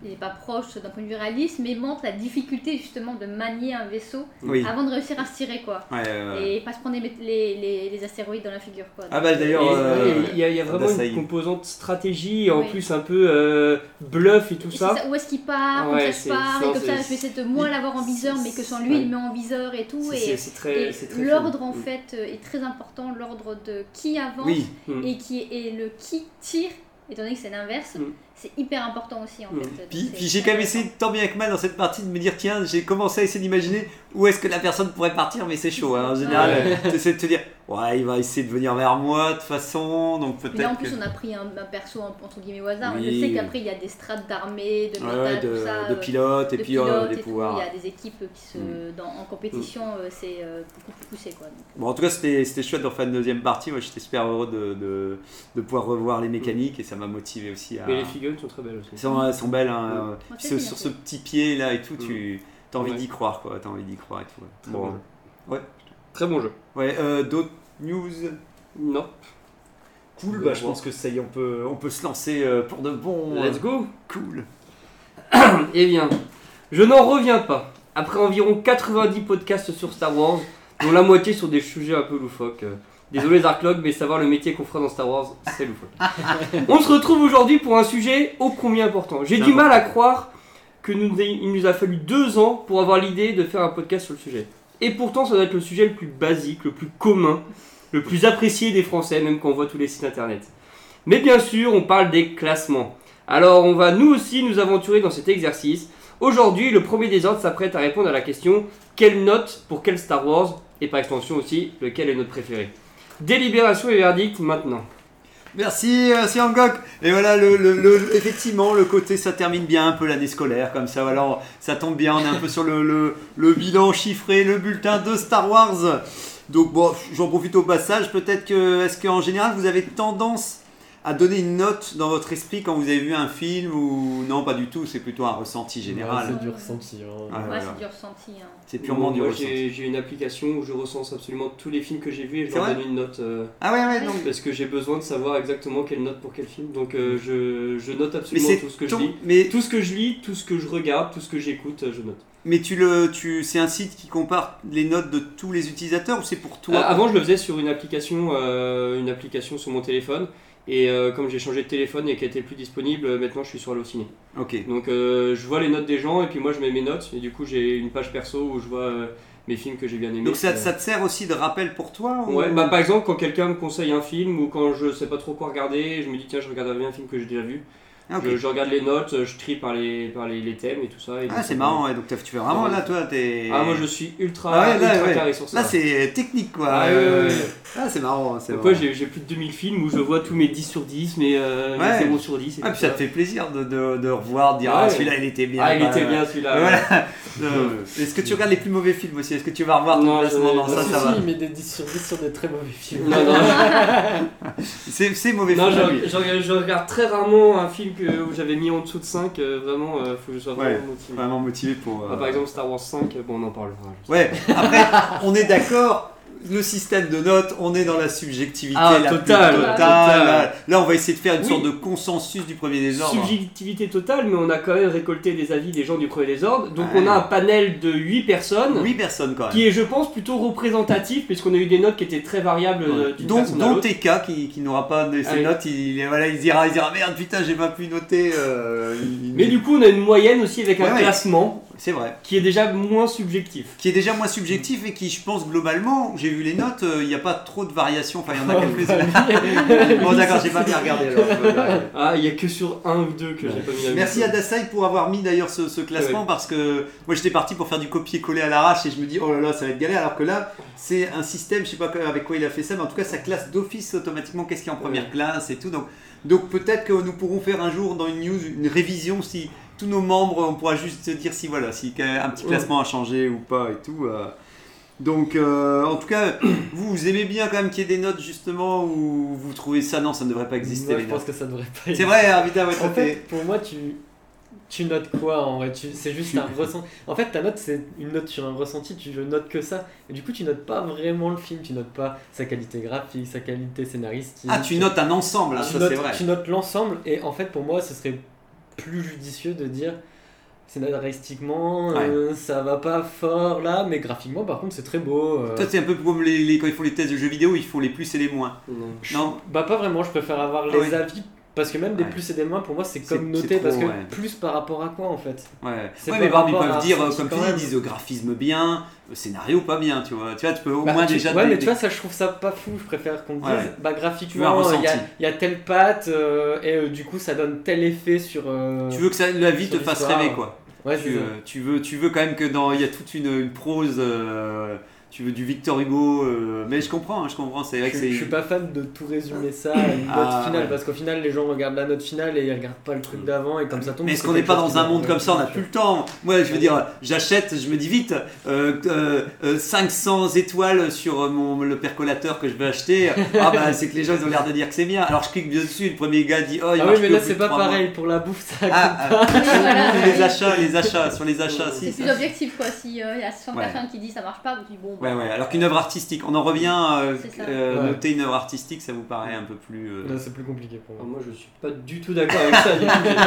il n'est pas proche d'un point de vue réaliste, mais montre la difficulté justement de manier un vaisseau Oui. avant de réussir à se tirer quoi. Ouais, ouais, ouais. Et pas se prendre les, les, les- les astéroïdes dans la figure quoi. Ah bah, Et- d'ailleurs, et euh, Il y, a- il y a vraiment Adasai. une composante stratégie et en Oui. plus un peu euh, bluff et tout Et c'est ça. ça, où est-ce qu'il part, Ouais, comme ça c'est- je pars, non, et comme ça c'est- je vais essayer de moi l'avoir en viseur, mais que sans lui Ouais. il me met en viseur et tout. C'est- Et, c'est- C'est très, et c'est très Mm. l'ordre fun. en fait euh, est très important, l'ordre de qui avance oui. Mm. et, qui, et le qui tire, étant donné que c'est l'inverse, Mm. c'est hyper important aussi en Mm. fait. Donc, Puis, c'est puis j'ai quand même intéressant. essayé, tant bien que mal, dans cette partie, de me dire tiens, j'ai commencé à essayer d'imaginer où est-ce que la personne pourrait partir, mais c'est chaud. hein. En général, tu essaies de te dire ouais, il va essayer de venir vers moi de toute façon, donc Mais là en peut-être. plus que- on a pris un, un perso en- entre guillemets au hasard, Oui. je sais qu'après il y a des strates d'armée, de Ouais, métal, de, tout ça. de euh, pilote, et de puis euh, pilotes des et tout. pouvoirs. Mm. Il y a des équipes qui se, dans- en compétition, euh, c'est euh, beaucoup plus poussé. Quoi. Donc, Bon, en tout cas, c'était c'était chouette d'en faire une deuxième partie. Moi, j'étais super heureux de, de, de pouvoir revoir les mécaniques et ça m'a motivé aussi à. Mais les figurines sont très belles aussi. Elles sont, elles sont belles, hein. Moi, Puis c'est ce- bien sur fait. ce petit pied là et tout, tu as envie Ouais. d'y croire, quoi. T'as envie d'y croire et tout. ouais. Très Bon. bon. Ouais. Très bon jeu. Ouais, euh, d'autres news Non. Cool, De bah, je voir. pense que ça y est, on peut, on peut se lancer euh, pour de bon. Let's go. Cool. Eh bien, je n'en reviens pas. Après environ 90 podcasts sur Star Wars, dont la moitié sur des sujets un peu loufoques. euh, Désolé les Arclogues, mais savoir le métier qu'on fera dans Star Wars, c'est loufoque. On se retrouve aujourd'hui pour un sujet ô combien important. J'ai du mal à croire que nous, il nous a fallu deux ans pour avoir l'idée de faire un podcast sur le sujet. Et pourtant, ça doit être le sujet le plus basique, le plus commun, le plus apprécié des Français, même quand on voit tous les sites internet. Mais bien sûr, on parle des classements. Alors, on va nous aussi nous aventurer dans cet exercice. Aujourd'hui, le premier des ordres s'apprête à répondre à la question quelle note pour quel Star Wars Et par extension aussi, lequel est notre préféré Délibération et verdict maintenant. Merci, merci Angok. Et voilà, le, le- le- effectivement, le côté, ça termine bien un peu l'année scolaire, comme ça. Voilà, on- ça tombe bien, on est un peu sur le, le- le bilan chiffré, le bulletin de Star Wars. Donc bon, j'en profite au passage. Peut-être que, est-ce qu'en général, vous avez tendance à donner une note dans votre esprit quand vous avez vu un film ou non, pas du tout. C'est plutôt un ressenti général. Ouais, c'est du ressenti. hein. Ouais. ouais, voilà. c'est du ressenti. hein. c'est purement du Moi, ressenti. j'ai j'ai une application où je recense absolument tous les films que j'ai vus et je C'est leur vrai donne une note. euh, Ah ouais, ouais, non. parce que j'ai besoin de savoir exactement quelle note pour quel film. Donc, euh, je, je note absolument Mm. c'est tout ce que ton- je lis. mais Tout ce que je lis, tout ce que je regarde, tout ce que j'écoute, euh, je note. Mais tu le, tu, c'est un site qui compare les notes de tous les utilisateurs ou c'est pour Euh, toi avant, je le faisais sur une application, euh, une application sur mon téléphone. Et euh, comme j'ai changé de téléphone et qu'elle était plus disponible, euh, maintenant je suis sur Allociné. Ok. Donc euh, je vois les notes des gens et puis moi je mets mes notes. Et du coup, j'ai une page perso où je vois euh, mes films que j'ai bien aimés. Donc ça, Euh, ça te euh, sert aussi de rappel pour toi ou- Ouais, bah, par exemple, quand quelqu'un me conseille un film ou quand je sais pas trop quoi regarder, je me dis tiens, je regarderai bien un film que j'ai déjà vu. Ah, ok. Je, je regarde les notes, je trie par les, par les, les thèmes et tout ça. et Ah, donc, c'est euh, marrant, ouais. donc t'as- tu fais vraiment Ouais. là, toi, t'es. Ah, moi je suis ultra, Ah ouais, là, ultra ouais. carré sur ça. Là, c'est technique, quoi. Ah, ouais, ouais, ouais. Ah, c'est marrant, c'est Donc, marrant. moi j'ai j'ai plus de 2000 films où je vois tous mes 10 sur 10, mes, euh, mes Ouais. 0 sur 10. Et Ah, tout puis ça te fait plaisir de, de, de revoir, de dire Ouais. Ah, celui-là, il était bien. Ah, il quand était même. bien celui-là. ouais. Voilà. Euh, Est-ce que tu regardes les plus mauvais films aussi Est-ce que tu vas revoir ton Non, classement je- bah, dans ça si, Ça va. il met des 10 sur 10 sur des très mauvais films. Non, non. C'est c'est mauvais Non, film. je, lui. je regarde- je regarde très rarement un film que, où j'avais mis en dessous de 5, euh, vraiment, euh, faut que je sois vraiment Ouais. motivé. Vraiment motivé pour. euh, Ah, par exemple, Star Wars 5, euh, bon, on en parlera. Ouais, après, on est d'accord, le système de notes, on est dans la subjectivité Ah, la total, plus totale. total. Là, on va essayer de faire une Oui. sorte de consensus du premier désordre. Subjectivité totale, mais on a quand même récolté des avis des gens du Premier des Ordres, donc Ouais. on a un panel de 8 personnes. Oui, personne quand même. Qui est, je pense, plutôt représentatif, puisqu'on a eu des notes qui étaient très variables euh, d'une Donc, personne à dont l'autre. TK qui, qui n'aura pas de ses Allez. notes, il, il- voilà, il se dira, il se dira merde, putain, j'ai pas pu noter. euh, il- Mais du coup, on a une moyenne aussi avec un Ouais, ouais. classement C'est vrai. qui est déjà moins subjectif. Qui est déjà moins subjectif et qui, je pense, globalement, j'ai vu les notes, euh, il n'y a pas trop de variations. Enfin, il y en a Oh, quelques-unes. bon, d'accord, j'ai pas bien regardé alors. Ah, il y a que sur un ou deux que j'ai pas mis Euh, la Merci note. à Dasai pour avoir mis d'ailleurs ce, ce classement parce que moi j'étais parti pour faire du copier-coller à l'arrache et je me dis oh là là ça va être galère alors que là c'est un système je sais pas avec quoi il a fait ça mais en tout cas ça classe d'office automatiquement qu'est-ce qui est en première classe et tout donc, donc peut-être que nous pourrons faire un jour dans une news une révision si tous nos membres on pourra juste se dire si voilà si un petit classement a changé ou pas et tout euh. donc euh, en tout cas vous, vous aimez bien quand même qu'il y ait des notes justement ou vous trouvez ça non ça ne devrait pas exister Moi, les je pense notes que ça devrait pas c'est vrai Arvita ouais, toi, En t'es- fait, pour moi, tu, tu notes quoi en vrai Tu- C'est juste un ressenti. En fait, ta note, c'est une note sur un ressenti, tu ne notes que ça. Et du coup, tu notes pas vraiment le film, tu notes pas sa qualité graphique, sa qualité scénaristique. Ah, tu notes un ensemble, hein, Mm. Tu ça notes- c'est vrai. Tu notes l'ensemble, et en fait, pour moi, ce serait plus judicieux de dire. Scénaristiquement, euh, ça va pas fort là, mais graphiquement, par contre, c'est très beau. euh. Toi, c'est un peu comme les, les- quand ils font les tests de jeux vidéo, ils font les plus et les moins. Non. Non Bah pas vraiment, je préfère avoir les Ah oui. avis parce que même des Ouais. plus et des moins pour moi c'est C'est- comme c'est noter trop, parce que ouais. plus par rapport à quoi en fait. Ouais, C'est Ouais, mais pas bon, ils rapport à peuvent dire, un euh, comme ressenti tu quand dis, ils même. disent euh, graphisme bien, euh, scénario pas bien, tu vois. Tu vois, tu peux au Bah, moins tu- déjà. ouais des- mais des- tu vois ça je trouve ça pas fou, je préfère qu'on me dise Ouais. bah Tu graphiquement veux un il y a- ressenti. il y, a telle patte euh, et euh, du coup ça donne telle effet sur. euh, tu veux que ça, la vie sur te fasse l'histoire. rêver, quoi. Ouais, c'est Tu, ça. euh, tu veux, tu veux quand même que dans, il y a toute une, une prose. euh, tu veux du Victor Hugo, euh, mais je comprends, hein, je comprends. C'est vrai que Je, je c'est. suis pas fan de tout résumer ça à une note Ah, finale ouais. Mm. parce qu'au final les gens regardent la note finale et ils regardent pas le truc d'avant et comme ça tombe. Mais est-ce c'est qu'on n'est quelque pas chose dans qui un va- monde comme ça On n'a Ouais. plus le temps. Moi, je veux dire, j'achète, je me dis vite, euh, euh, euh, 500 étoiles sur euh, mon, le percolateur que je veux acheter. Ah bah, c'est que les gens, ils ont l'air de dire que c'est bien. Alors je clique bien dessus, le premier gars dit, oh, il Ah marche oui mais plus au là bout c'est de pas trois mois. pareil pour la bouffe ça. Ah, Oui, voilà, ah, les oui. achats, les achats, sur les achats, C'est si. plus objectif quoi. Si euh, il y a 100 Ouais. personnes qui disent ça marche pas, vous dites bon. bah, Ouais, ouais, alors qu'une œuvre artistique, on en revient, euh, C'est ça. euh, Ouais. noter une œuvre artistique, ça vous paraît un peu plus... euh, Là c'est plus compliqué pour Alors, moi. Ah, moi, je suis pas du tout d'accord avec ça. du tout.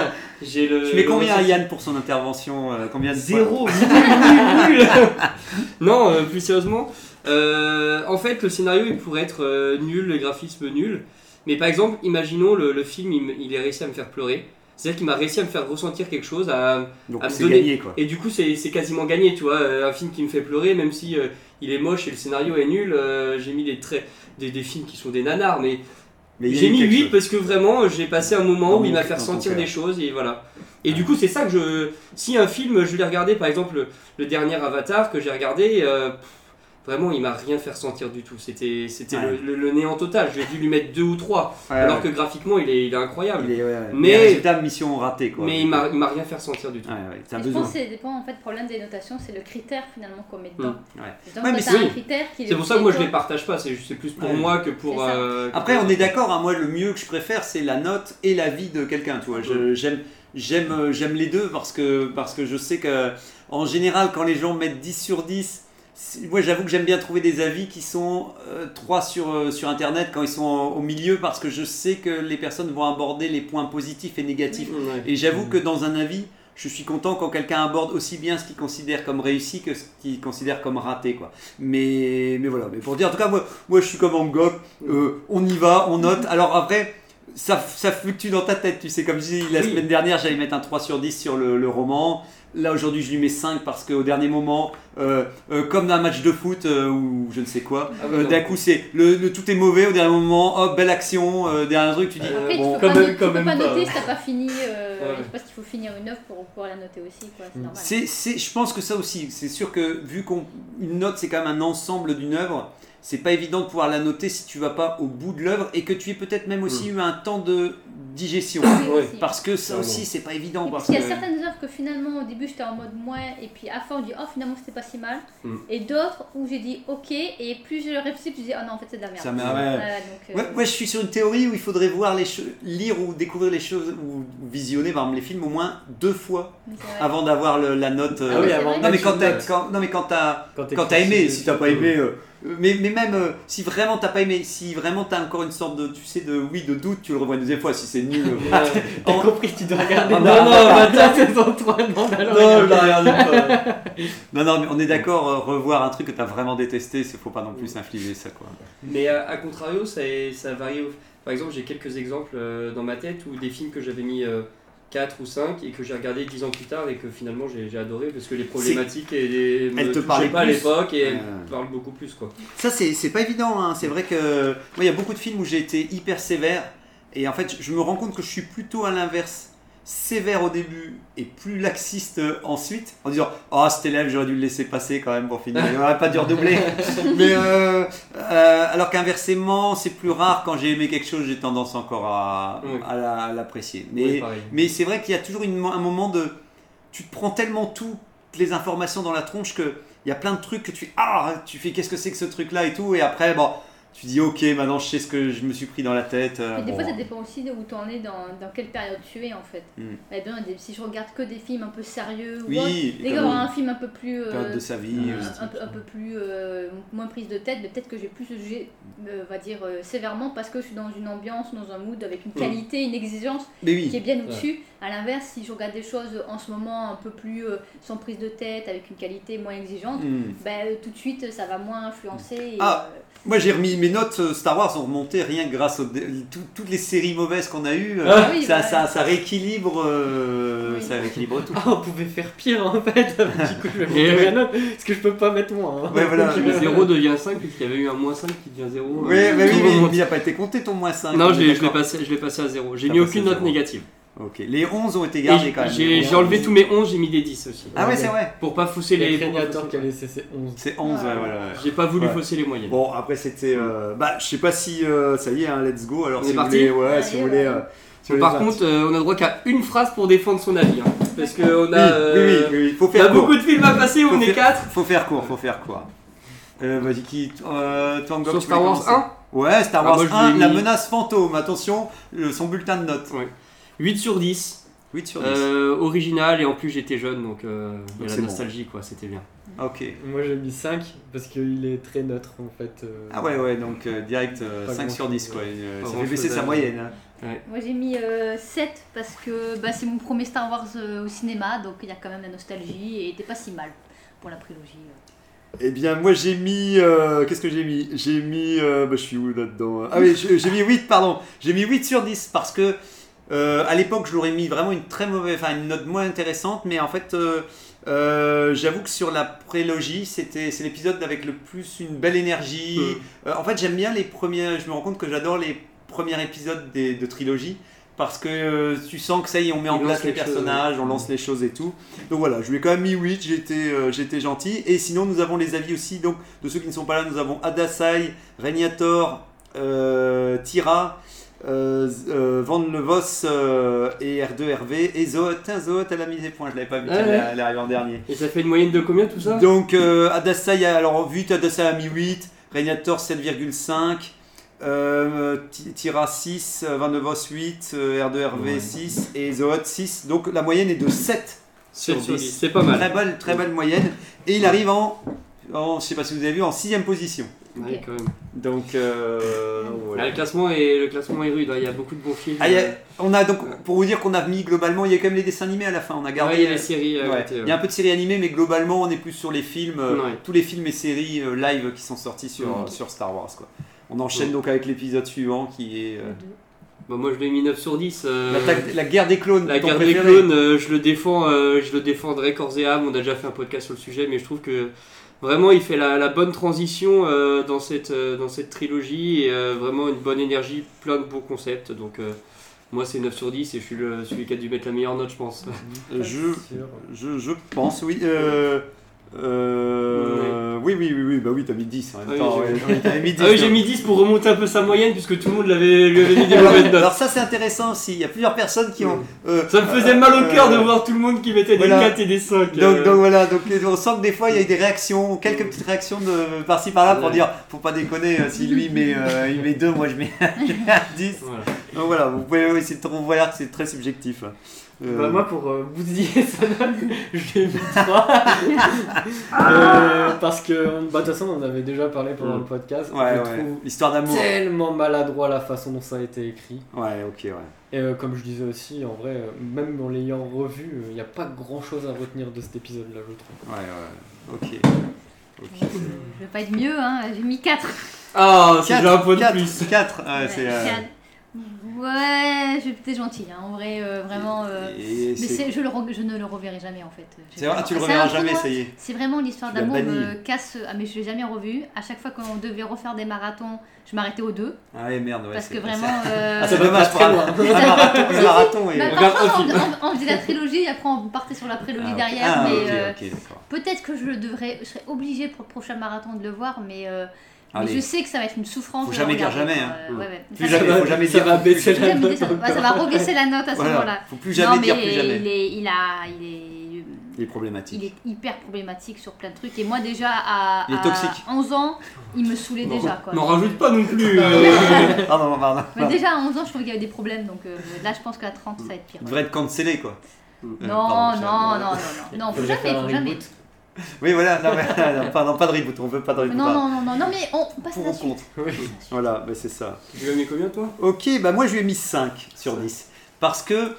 J'ai Euh, le. Tu mets combien à le- Yann pour son intervention euh, combien de fois Zéro, nul, nul, nul. Non, euh, plus sérieusement, euh, en fait, le scénario il pourrait être euh, nul, le graphisme nul. Mais par exemple, imaginons le, le film, il, m- il est réussi à me faire pleurer. C'est-à-dire qu'il m'a réussi à me faire ressentir quelque chose. à- Donc à me c'est donner. gagné, quoi. Et du coup, c'est c'est quasiment gagné, tu vois. euh, Un film qui me fait pleurer, même si euh, il est moche et le scénario est nul. euh, j'ai mis des, traits, des, des films qui sont des nanars, mais Mais il y a j'ai eu mis quelque 8 chose. parce que vraiment j'ai passé un moment Dans où il mon- m'a fait dans ton ressentir cœur. des choses et voilà. Et du coup c'est ça que je... Si un film, je l'ai regardé par exemple le, le dernier Avatar que j'ai regardé, euh, pff, vraiment il m'a rien fait ressentir du tout. C'était c'était Ouais. le, le- le néant total. J'ai dû lui mettre deux ou trois Ouais, alors ouais. que graphiquement il est, il est incroyable. Il est, ouais, ouais. Mais- Les résultats de mission ratée, quoi. Mais il m'a il m'a rien fait ressentir du tout. Ouais, ouais, t'as mais je besoin. pense que c'est dépend en fait le problème des notations, c'est le critère finalement qu'on met dedans. Mm, ouais. Donc Ouais, mais quand c'est- t'as un critère qui C'est pour ça que moi je les pas partage pas, c'est c'est plus pour Ouais. moi que pour... C'est ça. euh, que Après, pour- on est d'accord, hein, moi le mieux que je préfère, c'est la note et l'avis de quelqu'un. Tu vois, Je- j'aime, j'aime, euh, j'aime les deux parce que, parce que je sais que, en général, quand les gens mettent 10 sur 10, c'est- moi j'avoue que j'aime bien trouver des avis qui sont 3 sur, euh, sur internet quand ils sont au au milieu parce que je sais que les personnes vont aborder les points positifs et négatifs. Ouais. Et j'avoue que dans un avis, je suis content quand quelqu'un aborde aussi bien ce qu'il considère comme réussi que ce qu'il considère comme raté. Quoi. Mais, mais voilà, mais pour dire, en tout cas, moi, moi je suis comme Angok, euh, on y va, on note. Alors après, ça, ça fluctue dans ta tête, tu sais. Comme je disais la Oui. semaine dernière, j'allais mettre un 3 sur 10 sur le, le roman. Là, aujourd'hui, je lui mets 5 parce qu'au dernier moment, euh, euh, comme dans un match de foot euh, ou je ne sais quoi, Ah oui, euh, non. d'un coup, c'est le, le tout est mauvais. Au dernier moment, hop, belle action. euh, dernier truc, tu dis. Après, bon, tu peux quand pas, même- no- tu quand peux même pas pas. noter si t'as pas fini. euh, Ouais. Je pense qu'il faut finir une œuvre pour pouvoir la noter aussi, quoi. C'est Mm. normal. C'est, c'est- je pense que ça aussi, c'est sûr que vu qu'on une note, c'est quand même un ensemble d'une œuvre. C'est pas évident de pouvoir la noter si tu vas pas au bout de l'œuvre et que tu aies peut-être même aussi eu un temps de digestion. Oui, Ouais, aussi. Parce que ça Ah aussi, bon. c'est pas évident. Et Parce parce qu'il y a que- certaines œuvres que finalement au début j'étais en mode moins et puis à force j'ai dit oh finalement c'était pas si mal Mmh. Mm. et d'autres où j'ai dit ok et plus je le réfléchis plus je dis oh non en fait c'est de la merde. Ça m'a- Voilà, donc, euh, Ouais, ouais, je suis sur une théorie où il faudrait voir les che- lire ou découvrir les choses ou visionner par exemple, les films au moins deux fois donc, ouais. avant d'avoir le- la note. euh, Ah oui, non, mais quand tu- t'as, quand- non mais quand t'as quand t'es quand t'as aimé, critique, si t'as pas aimé, euh, mais, mais même euh, si vraiment t'as pas aimé, si vraiment t'as encore une sorte de tu sais de oui de doute, tu le revois une deuxième fois si c'est nul. euh, euh, T'as compris, tu dois regarder. Ah, Non, bah, non, attends, c'est dans trois non, bah, alors, regarde. Non, non, mais on est d'accord, euh, revoir un truc que t'as vraiment détesté, c'est faut pas non plus s'infliger ça, quoi. Mais à, à contrario, ça, est- ça varie. au- Par exemple, j'ai quelques exemples euh, dans ma tête où des films que j'avais mis euh, 4 ou 5 et que j'ai regardé 10 ans plus tard et que finalement j'ai j'ai adoré parce que les problématiques et les, me Elles te touchaient parlaient pas à plus. l'époque et Euh. elles me parlent beaucoup plus. quoi. Ça, c'est c'est pas évident, hein. c'est vrai que. Moi, il y a beaucoup de films où j'ai été hyper sévère, et en fait, je- je me rends compte que je suis plutôt à l'inverse, sévère au début et plus laxiste euh, ensuite, en disant Oh, cet élève, j'aurais dû le laisser passer quand même pour finir, il aurait pas dû redoubler. Mais euh, euh, alors qu'inversement, c'est plus rare, quand j'ai aimé quelque chose, j'ai tendance encore à, Oui. à la- à l'apprécier. Mais. Oui, pareil. Mais c'est vrai qu'il y a toujours une- un moment de. Tu te prends tellement toutes les informations dans la tronche que il y a plein de trucs que tu. Ah Tu fais qu'est-ce que c'est que ce truc-là et tout. Et après, bon, tu dis ok, maintenant je sais ce que je me suis pris dans la tête. euh, Et des bon. fois, ça dépend aussi de où tu en es, dans, dans quelle période tu es en fait. Mm. Bah, bien, des- si je regarde que des films un peu sérieux, ou autre, Oui, dès et que comme j'aurai un film un peu plus. hein, euh, période de sa vie. un- euh, un, peu- un peu plus euh, moins prise de tête, mais peut-être que j'ai plus jugé, euh, va dire euh, sévèrement parce que je suis dans une ambiance, dans un mood avec une qualité, une exigence Mais qui est Hmm. oui, bien au-dessus. À l'inverse, si je regarde des choses en ce moment un peu plus euh, sans prise de tête, avec une qualité moins exigeante, Hmm. bah, euh, tout de suite ça va moins influencer. et, Ah. euh, moi j'ai remis mes notes euh, Star Wars sont remontées rien que grâce aux tout- toutes les séries mauvaises qu'on a eues. euh, Ah oui, ça, bah. ça, ça rééquilibre, euh, Oui. ça rééquilibre tout. Ah, on pouvait faire pire en fait. Du coup, je vais Et monter oui. la note parce que je peux pas mettre moins. hein. Ouais, voilà. Le 0 devient 5 puisqu'il y avait eu un moins 5 qui devient 0. Oui, euh, mais tout oui, mais remonte. il n'a pas été compté ton moins 5. Non, je l'ai je l'ai passé, je l'ai passé à 0. J'ai T'as mis passé aucune à note zéro. négative. Ok, les 11 ont été Et gardés quand même. J'ai Les j'ai 11. enlevé tous mes 11, j'ai mis des 10 aussi. Ah ouais, c'est vrai. Pour pas fausser Il y a les. Créateur pour qui pas a laissé ses 11. C'est 11, ouais, voilà. ouais. J'ai pas voulu Ouais. fausser les moyennes. Bon, après c'était. euh, bah, je sais pas si. euh, ça y est, hein, let's go. Alors, On si est vous parti voulez. Ouais, si Allez, vous voulez. ouais. euh, si vous voulez Bon, par partir. contre, euh, on a droit qu'à une phrase pour défendre son avis. hein. Parce qu'on Oui, a, oui, euh, oui, oui, faut on a faire court. beaucoup de films à passer, on est 4. Faut faire court, faut faire court. Euh, Vas-y, qui. Euh, toi, Ngom, Sur tu Star voulais Wars commencer 1, Ouais, Star Ah, Wars moi, je 1, l'ai la mis. menace fantôme. Attention, le- son bulletin de notes. 8 sur 10. 8 sur 10. euh, original, et en plus j'étais jeune donc euh, il y Donc a la c'est bon. nostalgie quoi, c'était bien. Ok. Moi j'ai mis 5 parce qu'il est très neutre en fait. euh. Ah ouais, ouais, donc euh, direct euh, Pas 5 sur grand-chose, 10, quoi. ouais. Euh, Pas ça fait grand-chose baisser sa à- moyenne. hein. Moi j'ai mis 7 parce que bah, c'est mon premier Star Wars euh, au cinéma, donc il y a quand même la nostalgie et il était pas si mal pour la prélogie. euh. Eh bien, moi j'ai mis. euh, Qu'est-ce que j'ai mis J'ai mis. euh, bah, je suis où là-dedans Ah oui, j'ai j'ai mis 8, pardon. J'ai mis 8 sur 10 parce que euh, à l'époque, je l'aurais mis vraiment une très mauvaise. Enfin, une note moins intéressante, mais en fait, euh, euh, j'avoue que sur la prélogie, c'était- c'est l'épisode avec le plus une belle énergie. Mmh. Euh, en fait, j'aime bien les premiers. Je me rends compte que j'adore les premiers épisodes des- de trilogie. Parce que euh, tu sens que ça y est, on met en lance place les les choses, personnages, on lance les choses et tout. Donc voilà, je lui ai quand même mis 8, j'étais euh, j'étais gentil. Et sinon, nous avons les avis aussi donc, de ceux qui ne sont pas là. Nous avons Adasai, Regnator, euh, Tira, euh, Z- euh, Van Levos euh, et R2RV. Et Zoot, Tiens, Zoot, elle a mis des points, je l'avais pas vu, Ah elle ouais. est- elle est arrivée en dernier. Et ça fait une moyenne de combien tout ça Donc euh, Adasai a alors 8, Adasai a mis 8, Regnator 7,5, euh, Ti- Tira 6, euh, Van de Vos 8, euh, R2RV 6 et Zoot 6. Donc la moyenne est de 7 sur 7 sur 10. 10, c'est pas mal. Très bonne, très bonne moyenne. Et il arrive en, en je sais pas si vous avez vu, en 6 position. Ouais, quand même. Donc euh, donc, voilà. Ah, le, classement est, le classement est rude, hein, il y a beaucoup de bons films. Ah, il y a- on a donc, pour vous dire qu'on a mis globalement, il y a quand même les dessins animés à la fin. On a gardé Ouais, il y a les séries. à Ouais. côté, euh. Il ouais. y a un peu de séries animées, mais globalement, on est plus sur les films, euh, Ouais. tous les films et séries euh, live qui sont sortis sur, Ouais. euh, sur Star Wars. Quoi. On enchaîne Ouais. donc avec l'épisode suivant qui est. euh, Le deux. Bah, moi, je l'ai mis 9 sur 10. euh, L'attaque- La guerre des clones. La ton guerre des préféré. clones, euh, je le défends, euh, je le défendrai corps et âme. On a déjà fait un podcast sur le sujet, mais je trouve que vraiment il fait la, la bonne transition euh, dans cette euh, dans cette trilogie et euh, vraiment une bonne énergie, plein de beaux concepts. Donc euh, moi c'est 9 sur 10 et je suis le, celui qui a dû mettre la meilleure note, je pense. Euh, Je, je, je pense, oui. Euh, euh, oui. oui, oui, oui, bah oui, t'as mis 10 en Ah même oui, temps. j'ai- ouais, oui, t'avais mis 10, ah oui, j'ai toi. mis 10 pour remonter un peu sa moyenne puisque tout le monde l'avait lui avait mis des Alors, mauvaises notes. alors ça c'est intéressant aussi, il y a plusieurs personnes qui ont... euh, Ça me faisait mal au cœur de euh, voir tout le monde qui mettait des voilà. 4 et des euh, 5. euh, Donc, donc voilà, donc on sent que des fois il y a eu des réactions, quelques petites réactions de par-ci par-là pour Ouais. dire faut pas déconner euh, si lui met, euh, il met 2, moi je mets, je mets un 10. Voilà. Donc voilà, vous pouvez essayer de trouver voilà, que c'est très subjectif. Euh, Bah, moi, pour euh, bousiller sa note, je l'ai mis 3. Euh, parce que, bah, de toute façon, on en avait déjà parlé pendant Mm. le podcast. ouais, je ouais. trouve Histoire d'amour. tellement maladroit la façon dont ça a été écrit. Ouais, ok, ouais. Et euh, comme je disais aussi, en vrai, euh, même en l'ayant revu, il n'y a pas grand chose à retenir de cet épisode-là, je trouve. Ouais, ouais. Ok. Je vais pas être mieux, hein. j'ai mis 4. Ah, c'est Quatre, déjà un peu de quatre, plus. quatre. Ouais, c'est. euh, Ouais, je vais peut-être gentil, hein. en vrai, euh, vraiment. euh, et Mais c'est- c'est- je, le re- je ne le reverrai jamais en fait. J'ai C'est vrai, ah, vraiment- tu le c'est reverras un jamais, tournoi. ça y est. C'est vraiment l'histoire Tu l'as d'amour me banni. casse. Ah, mais je l'ai jamais revu. À chaque fois qu'on devait refaire des marathons, je m'arrêtais aux deux. Ah ouais, merde, ouais. parce que c'est- vraiment. c'est- euh, Ah, c'est Ça va dommage pas pour très un, loin. un marathon. Si, Le si. marathon est. bah, Ah, regarde parfois, un on, film. on- on faisait la trilogie, et après on partait sur la prélogie ok. derrière. Ah, mais ok, euh, ok, d'accord. peut-être que je le devrais, je serais obligée pour le prochain marathon de le voir, mais, euh, mais Allez. je sais que ça va être une souffrance. Faut de jamais dire regarder, jamais, quoi. hein. Euh, ouais, ouais. Plus Ça jamais, va- faut jamais ça dire. va baisser la jamais note. hein. dit ça. Ouais, ça va rebaisser la note à ce moment-là. Voilà. Faut plus jamais non, dire mais plus Il jamais. est, il a, il est, Il est il problématique. est hyper problématique sur plein de trucs. Et moi, déjà, à, Il est à toxique. 11 ans, il me saoulait Non, déjà. Quoi. N'en rajoute pas non plus. euh. Pardon, pardon. Mais déjà, à 11 ans, je trouve qu'il y avait des problèmes. Donc euh, là, je pense qu'à 30, ça va être pire. Il devrait être cancellé, quoi. Euh, Non, pardon, j'ai- non, non, non, non, non, faut Faut jamais, faire un faut jamais. reboot. Oui, voilà, non, mais- non, pardon, pas de reboot, on veut pas de reboot. Non, pardon. non, non, non, non, mais on passe à Pour la ou suite. contre. Oui. Voilà, bah, c'est ça. Tu l'as mis combien toi Ok, bah moi je lui ai mis 5 sur 10. Parce que,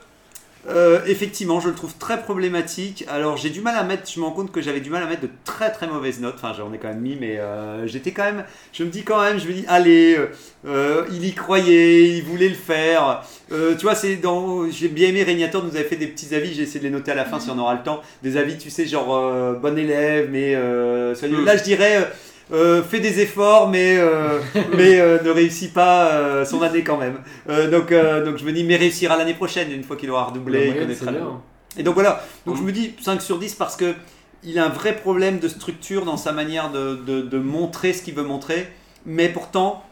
euh, effectivement, je le trouve très problématique. Alors j'ai du mal à mettre, je me rends compte que j'avais du mal à mettre de très très mauvaises notes. Enfin, j'en ai quand même mis, mais euh, j'étais quand même, je me dis quand même, je me dis, allez, euh, euh, il y croyait, il voulait le faire. Euh, tu vois, c'est dans, j'ai bien aimé Régnateur, nous avait fait des petits avis, j'ai essayé de les noter à la fin si on aura le temps. Des avis, tu sais, genre euh, bon élève, mais euh, soyez- Mm. Là, je dirais. euh, euh, fait des efforts, mais, euh, mais euh, ne réussit pas euh, son année quand même. Euh, donc, euh, donc je me dis, mais réussira l'année prochaine, une fois qu'il aura redoublé, La il moyenne, c'est connaîtra le- bien. Et donc voilà, donc Mm. je me dis 5 sur 10 parce que il a un vrai problème de structure dans sa manière de, de- de montrer ce qu'il veut montrer, mais pourtant,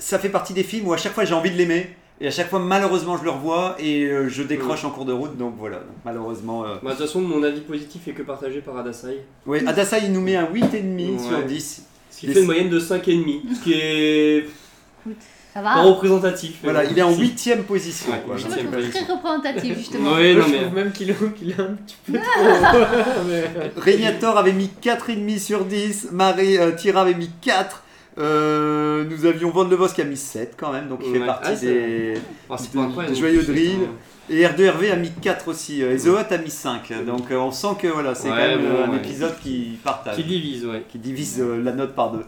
ça fait partie des films où à chaque fois j'ai envie de l'aimer. Et à chaque fois, malheureusement, je le revois et euh, je Mm. décroche en cours de route. Donc voilà, Donc, malheureusement. euh, Bah, de toute façon, mon avis positif est que partagé par Adasai. Ouais, Adassa, il nous met un 8,5 sur Ouais. 10. Ce qui Les- fait une moyenne de 5,5, ce qui est Ça pas va. représentatif. mais Voilà, bon. il est en Si. 8ème position. Ouais, quoi. Je huitième. me J'aime trouve pas très représentatif, justement. Ouais, Moi, non, je mais- trouve même qu'il est, qu'il est un petit peu Ah. trop. mais... Régnator avait mis 4,5 sur 10. Marie euh, Tira avait mis 4. Euh, nous avions Van Levos qui a mis 7 quand même, donc il fait Ouais, partie ah, c'est- des. Ah, c'est pas incroyable. Joyeux C'est drill. un- Et R2RV a mis 4 aussi, euh, et The Hut a mis 5. Donc euh, on sent que voilà, c'est Ouais, quand même euh, un bon, ouais. épisode qui partage. Qui divise, ouais. qui divise euh, la note par deux.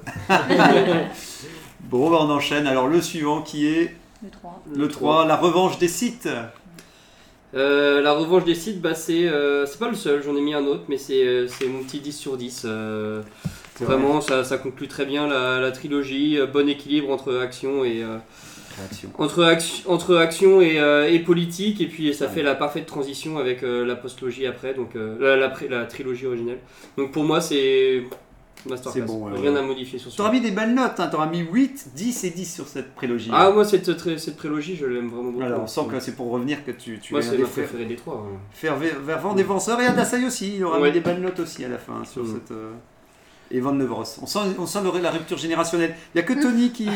bon, bah, on enchaîne. Alors le suivant qui est Le 3. le 3, la revanche des sites. Euh, la revanche des sites, bah, c'est euh, c'est pas le seul, j'en ai mis un autre, mais c'est euh, c'est mon petit 10 sur 10. euh, vraiment, ça, ça conclut très bien la, la trilogie, euh, bon équilibre entre action et, euh, Création. entre action, entre action et, euh, et politique, et puis ça Ouais. fait la parfaite transition avec euh, la postlogie après, donc euh, la, la, pré- la trilogie originale. Donc pour moi, c'est masterclass. C'est bon, ouais, Rien ouais. à modifier sur ce T'auras mis des belles notes, hein. t'auras mis 8, 10 et 10 sur cette prélogie. Ah, moi, cette, cette, cette prélogie, je l'aime vraiment beaucoup. Voilà, on sent que c'est pour revenir que tu, tu Moi, es un c'est des ma frères. préférée des trois. hein. Faire ver- vers Van des Vanseurs et Adasai aussi, il aura Ouais. mis des bonnes notes aussi à la fin hein, sur Mm. cette. euh, Et Van Nevros. On sent, on sent le- la rupture générationnelle. Il n'y a que Tony qui,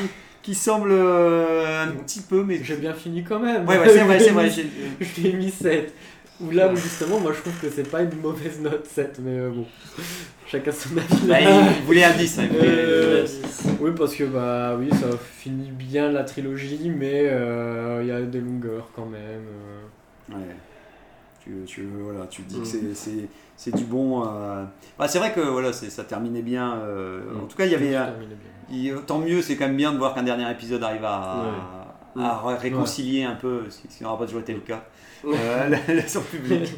qui semble euh, un petit peu, mais. J'ai bien fini quand même. Ouais, ouais, c'est vrai, c'est vrai. j'ai- euh, Je lui ai mis 7. Ou là où justement, moi je trouve que c'est pas une mauvaise note 7, mais euh, bon, chacun son avis. Bah, il voulait un 10. hein, il voulait- Euh, oui, parce que bah oui, ça finit bien la trilogie, mais euh, il y a des longueurs quand même. euh. Ouais. Tu, tu, voilà, tu dis Mm. que c'est- c'est- c'est du bon. euh, bah, c'est vrai que voilà, c'est- ça terminait bien. Mm. euh, En tout cas, il y avait. Ça un- termine bien. Il- tant mieux, c'est quand même bien de voir qu'un dernier épisode arrive à, Ouais. à, à ré- réconcilier un peu, ce qui- ce qui n'aura pas toujours été le cas, euh, la, la sorte publique.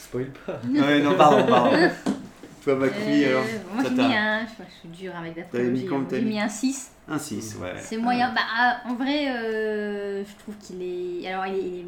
Spoil pas. Ouais, non, pardon, pardon. Toi, Macri, Euh, alors moi ça j'ai t'a- mis un, je, je suis dure avec la T'avais mis trilogie, combien, j'ai t'avais mis un 6. Un 6, ouais. C'est moyen. Bah, ah, en vrai, euh, je trouve qu'il est. Alors, il est, il est